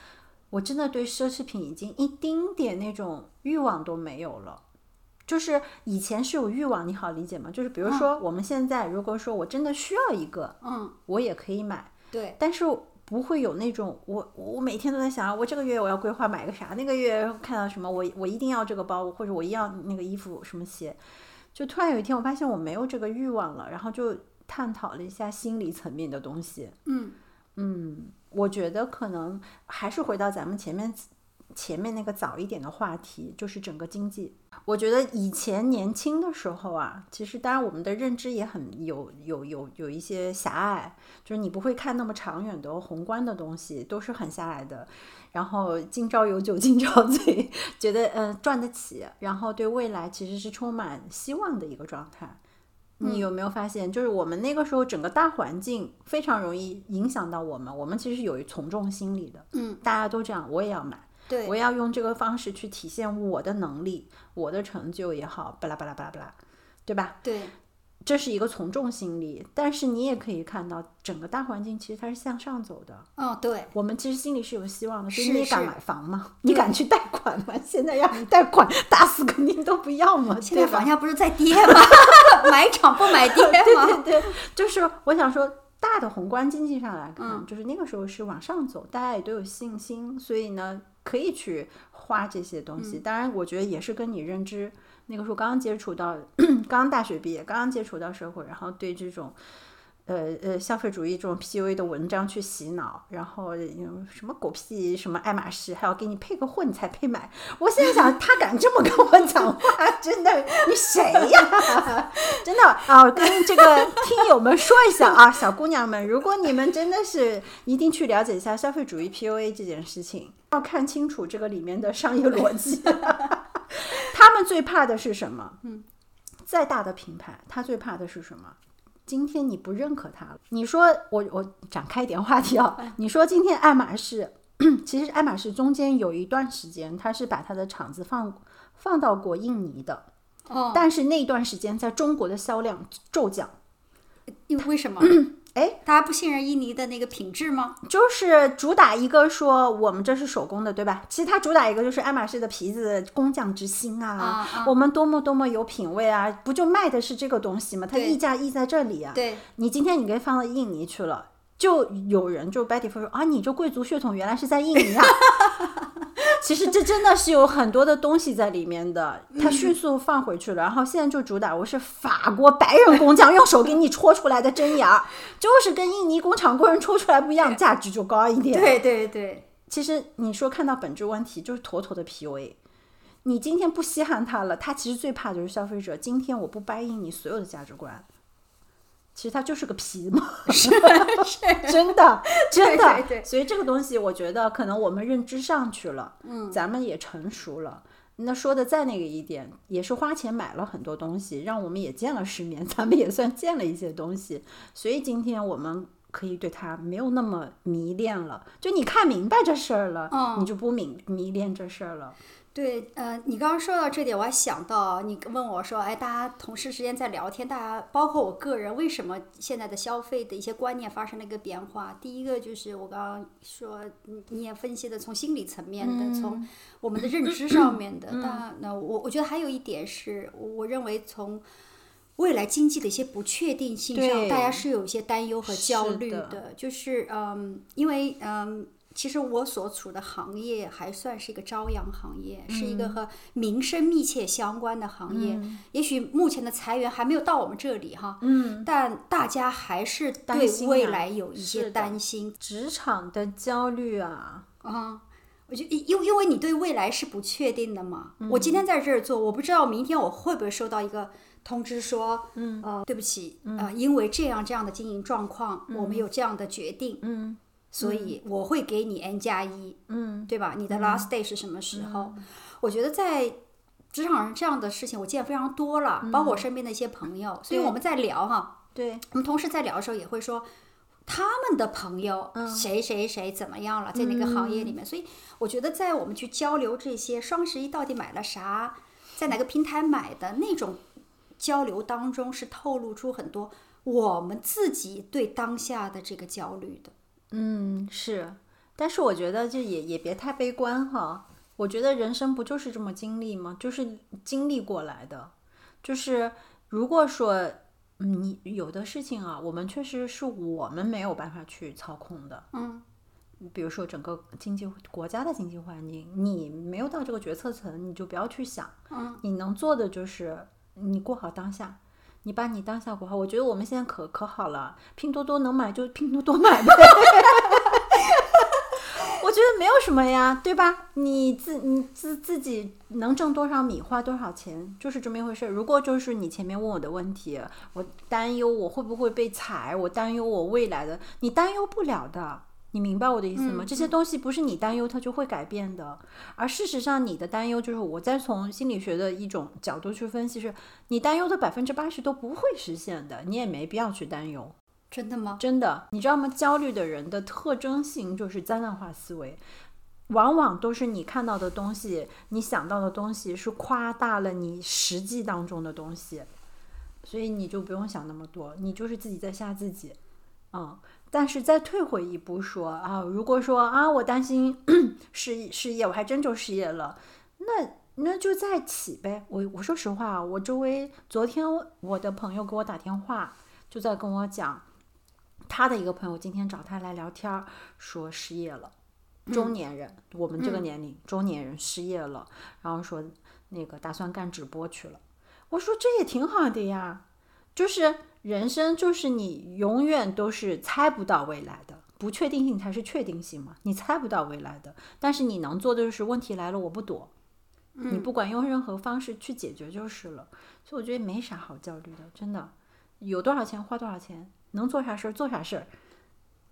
[SPEAKER 2] 我真的对奢侈品已经一丁点那种欲望都没有了。就是以前是有欲望，你好理解吗？就是比如说我们现在，如果说我真的需要一个，
[SPEAKER 4] 嗯，
[SPEAKER 2] 我也可以买，
[SPEAKER 4] 对，
[SPEAKER 2] 但是不会有那种我我每天都在想，我这个月我要规划买个啥，那个月看到什么，我我一定要这个包，或者我一定要那个衣服什么鞋。就突然有一天，我发现我没有这个欲望了，然后就探讨了一下心理层面的东西。
[SPEAKER 4] 嗯
[SPEAKER 2] 嗯，我觉得可能还是回到咱们前面前面那个早一点的话题，就是整个经济。我觉得以前年轻的时候啊，其实当然我们的认知也很有有有有一些狭隘，就是你不会看那么长远的宏观的东西，都是很狭隘的。然后今朝有酒今朝醉， 觉得嗯、呃赚得起，然后对未来其实是充满希望的一个状态。你
[SPEAKER 4] 嗯
[SPEAKER 2] 有没有发现，就是我们那个时候整个大环境非常容易影响到我们，我们其实有从众心理的，
[SPEAKER 4] 嗯，
[SPEAKER 2] 大家都这样，我也要买，
[SPEAKER 4] 对
[SPEAKER 2] 我要用这个方式去体现我的能力、我的成就也好，巴拉巴拉巴拉巴拉，对吧？
[SPEAKER 4] 对
[SPEAKER 2] 这是一个从众心理，但是你也可以看到，整个大环境其实它是向上走的。
[SPEAKER 4] 哦对，
[SPEAKER 2] 我们其实心里是有希望的，所以
[SPEAKER 4] 是
[SPEAKER 2] 你也敢
[SPEAKER 4] 是
[SPEAKER 2] 买房吗？你敢去贷款吗？ 现在让你贷款，打死肯定都不要嘛。
[SPEAKER 4] 现
[SPEAKER 2] 对
[SPEAKER 4] 在
[SPEAKER 2] 吧
[SPEAKER 4] 房价不是在跌吗？ 买涨不买跌吗？
[SPEAKER 2] 对，就是我想说，大的宏观经济上来看，就是那个时候是往上走，大家也都有信心，所以呢，可以去花这些东西。当然，我觉得也是跟你认知那个时候刚刚接触到， 刚刚大学毕业，刚刚接触到社会，然后对这种。呃呃，消费主义这种 PUA 的文章去洗脑，然后有什么狗屁什么爱马仕，还要给你配个货你才配买。我现在想，他敢这么跟我讲话，真的，你谁呀？真的啊，我跟这个听友们说一下啊，小姑娘们，如果你们真的是一定去了解一下消费主义 PUA 这件事情，要看清楚这个里面的商业逻辑。 他们最怕的是什么？嗯，再大的品牌，他最怕的是什么？今天你不认可它了，你说我我展开一点话题啊，你说今天爱马仕，其实爱马仕中间有一段时间，它是把它的厂子放放到过印尼的，
[SPEAKER 4] 哦，
[SPEAKER 2] 但是那段时间在中国的销量骤降，
[SPEAKER 4] 因为为什么？
[SPEAKER 2] 哎，啊
[SPEAKER 4] 大家不信任印尼的那个品质吗？
[SPEAKER 2] 就是主打一个说我们这是手工的，对吧？其实它主打一个就是爱马仕的皮子工匠之心啊，
[SPEAKER 4] 啊啊
[SPEAKER 2] 我们多么多么有品位啊，不就卖的是这个东西吗？它
[SPEAKER 4] 对
[SPEAKER 2] 溢价溢在这里啊。
[SPEAKER 4] 对，
[SPEAKER 2] 你今天你给放到印尼去了，就有人就 Betty 说啊，你这贵族血统原来是在印尼啊。 其实这真的是有很多的东西在里面的，它迅速放回去了，然后现在就主打我是法国白人工匠用手给你戳出来的针眼儿，就是跟印尼工厂工人戳出来不一样，价值就高一点。
[SPEAKER 4] 对对对，
[SPEAKER 2] 其实你说看到本质问题，就是妥妥的 PUA。你今天不稀罕他了，他其实最怕就是消费者。今天我不掰硬你所有的价值观，其实他就是个皮嘛， 真的，真的。
[SPEAKER 4] 对对
[SPEAKER 2] 所以这个东西，我觉得可能我们认知上去了，嗯，咱们也成熟了。那说的再那个一点，也是花钱买了很多东西，让我们也见了世面， 咱们也算见了一些东西。所以今天我们可以对他没有那么迷恋了。就你看明白这事儿了，你就不迷迷恋这事儿了。
[SPEAKER 4] 对，呃，你刚刚说到这点，我还想到你问我说，哎，大家同事之间在聊天，大家包括我个人，为什么现在的消费的一些观念发生了一个变化？第一个就是我刚刚说，你你也分析的从心理层面的，从
[SPEAKER 2] 嗯
[SPEAKER 4] 我们的认知上面的。但那我我觉得还有一点是，我我认为从未来经济的一些不确定性上，
[SPEAKER 2] 对
[SPEAKER 4] 大家是有一些担忧和焦
[SPEAKER 2] 是
[SPEAKER 4] 虑
[SPEAKER 2] 的
[SPEAKER 4] 就是嗯，因为嗯。其实我所处的行业还算是一个朝阳行业，是一个和民生密切相关的行业。也许目前的裁员还没有到我们这里哈，嗯，但大家还是
[SPEAKER 2] 担
[SPEAKER 4] 对
[SPEAKER 2] 心啊
[SPEAKER 4] 未来有一
[SPEAKER 2] 是
[SPEAKER 4] 些
[SPEAKER 2] 的
[SPEAKER 4] 担心
[SPEAKER 2] 职场的焦虑啊，
[SPEAKER 4] 啊。我就因因因为你对未来是不确定的嘛，我今天在这儿做，我不知道明天我会不会收到一个通知说，嗯，呃，对不起，呃，因为这样这样的经营状况，我们有这样的决定，嗯，所以我会给你 N 加一，嗯，对吧？你的 last day 是什么时候？我觉得在职场上这样的事情我见非常多了，包括我身边的一些朋友，所以我们在聊哈，
[SPEAKER 2] 对，
[SPEAKER 4] 我们同事在聊的时候也会说。他们的朋友谁谁谁怎么样了，在那个行业里面，所以我觉得在我们去交流这些双十一到底买了啥，在哪个平台买的那种交流当中，是透露出很多我们自己对当下的这个焦虑的。
[SPEAKER 2] 嗯，是，但是我觉得就也也别太悲观哈。我觉得人生不就是这么经历吗？就是经历过来的。就是如果说嗯你有的事情啊，我们确实是我们没有办法去操控的。
[SPEAKER 4] 嗯，
[SPEAKER 2] 比如说整个经济国家的经济环境，你没有到这个决策层，你就不要去想。
[SPEAKER 4] 嗯，
[SPEAKER 2] 你能做的就是你过好当下，你把你当下过好。我觉得我们现在可可好了，拼多多能买就拼多多买呗。我觉得没有什么呀，对吧？你自你自自己能挣多少米，花多少钱，就是这么一回事儿。如果就是你前面问我的问题，我担忧我会不会被裁，我担忧我未来的，你担忧不了的，你明白我的意思吗？
[SPEAKER 4] 嗯
[SPEAKER 2] 这些东西不是你担忧它就会改变的，而事实上你的担忧就是我再从心理学的一种角度去分析是，你担忧的百分之八十都不会实现的，你也没必要去担忧。
[SPEAKER 4] 真的吗？
[SPEAKER 2] 真的，你知道吗？焦虑的人的特征性就是灾难化思维，往往都是你看到的东西，你想到的东西是夸大了你实际当中的东西，所以你就不用想那么多，你就是自己在吓自己，嗯。但是再退回一步说啊，如果说啊，我担心 失失业，我还真就失业了，那就再起呗。我我说实话啊，我周围昨天我的朋友给我打电话，就在跟我讲，他的一个朋友今天找他来聊天儿，说失业了，中年人，我们这个年龄、中年人失业了，然后说那个打算干直播去了。我说这也挺好的呀，就是人生就是你永远都是猜不到未来的。不确定性才是确定性嘛，你猜不到未来的，但是你能做的就是问题来了我不躲，你不管用任何方式去解决就是了。所以我觉得没啥好焦虑的，真的，有多少钱花多少钱，能做啥事儿做啥事儿。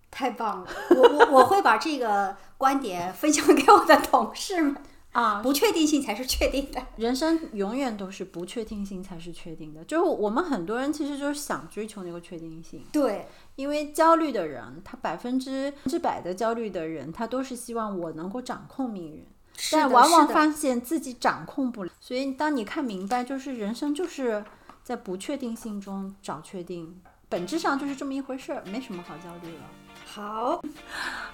[SPEAKER 4] 太棒了！我我我会把这个观点分享给我的同事们
[SPEAKER 2] 啊，
[SPEAKER 4] 不确定性才是确定的。
[SPEAKER 2] 人生永远都是不确定性才是确定的，就是我们很多人其实就是想追求那个确定性，
[SPEAKER 4] 对，
[SPEAKER 2] 因为焦虑的人，他百分之之百的焦虑的人，他都是希望我能够掌控命运，
[SPEAKER 4] 是的
[SPEAKER 2] 但往往
[SPEAKER 4] 是的
[SPEAKER 2] 发现自己掌控不了。所以，当你看明白，就是人生就是在不确定性中找确定，本质上就是这么一回事儿，没什么好焦虑了。
[SPEAKER 4] 好，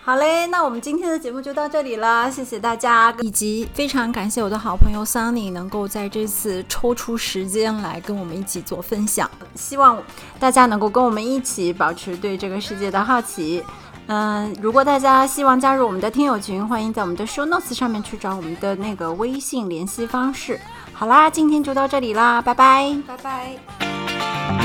[SPEAKER 2] 好嘞，那我们今天的节目就到这里了，谢谢大家。
[SPEAKER 3] 以及非常感谢我的好朋友 Sunny 能够在这次抽出时间来跟我们一起做分享。
[SPEAKER 2] 希望大家能够跟我们一起保持对这个世界的好奇。嗯，如果大家希望加入我们的听友群，欢迎在我们的 show notes 上面去找我们的那个微信联系方式。好啦，今天就到这里啦，拜拜。
[SPEAKER 4] 拜拜。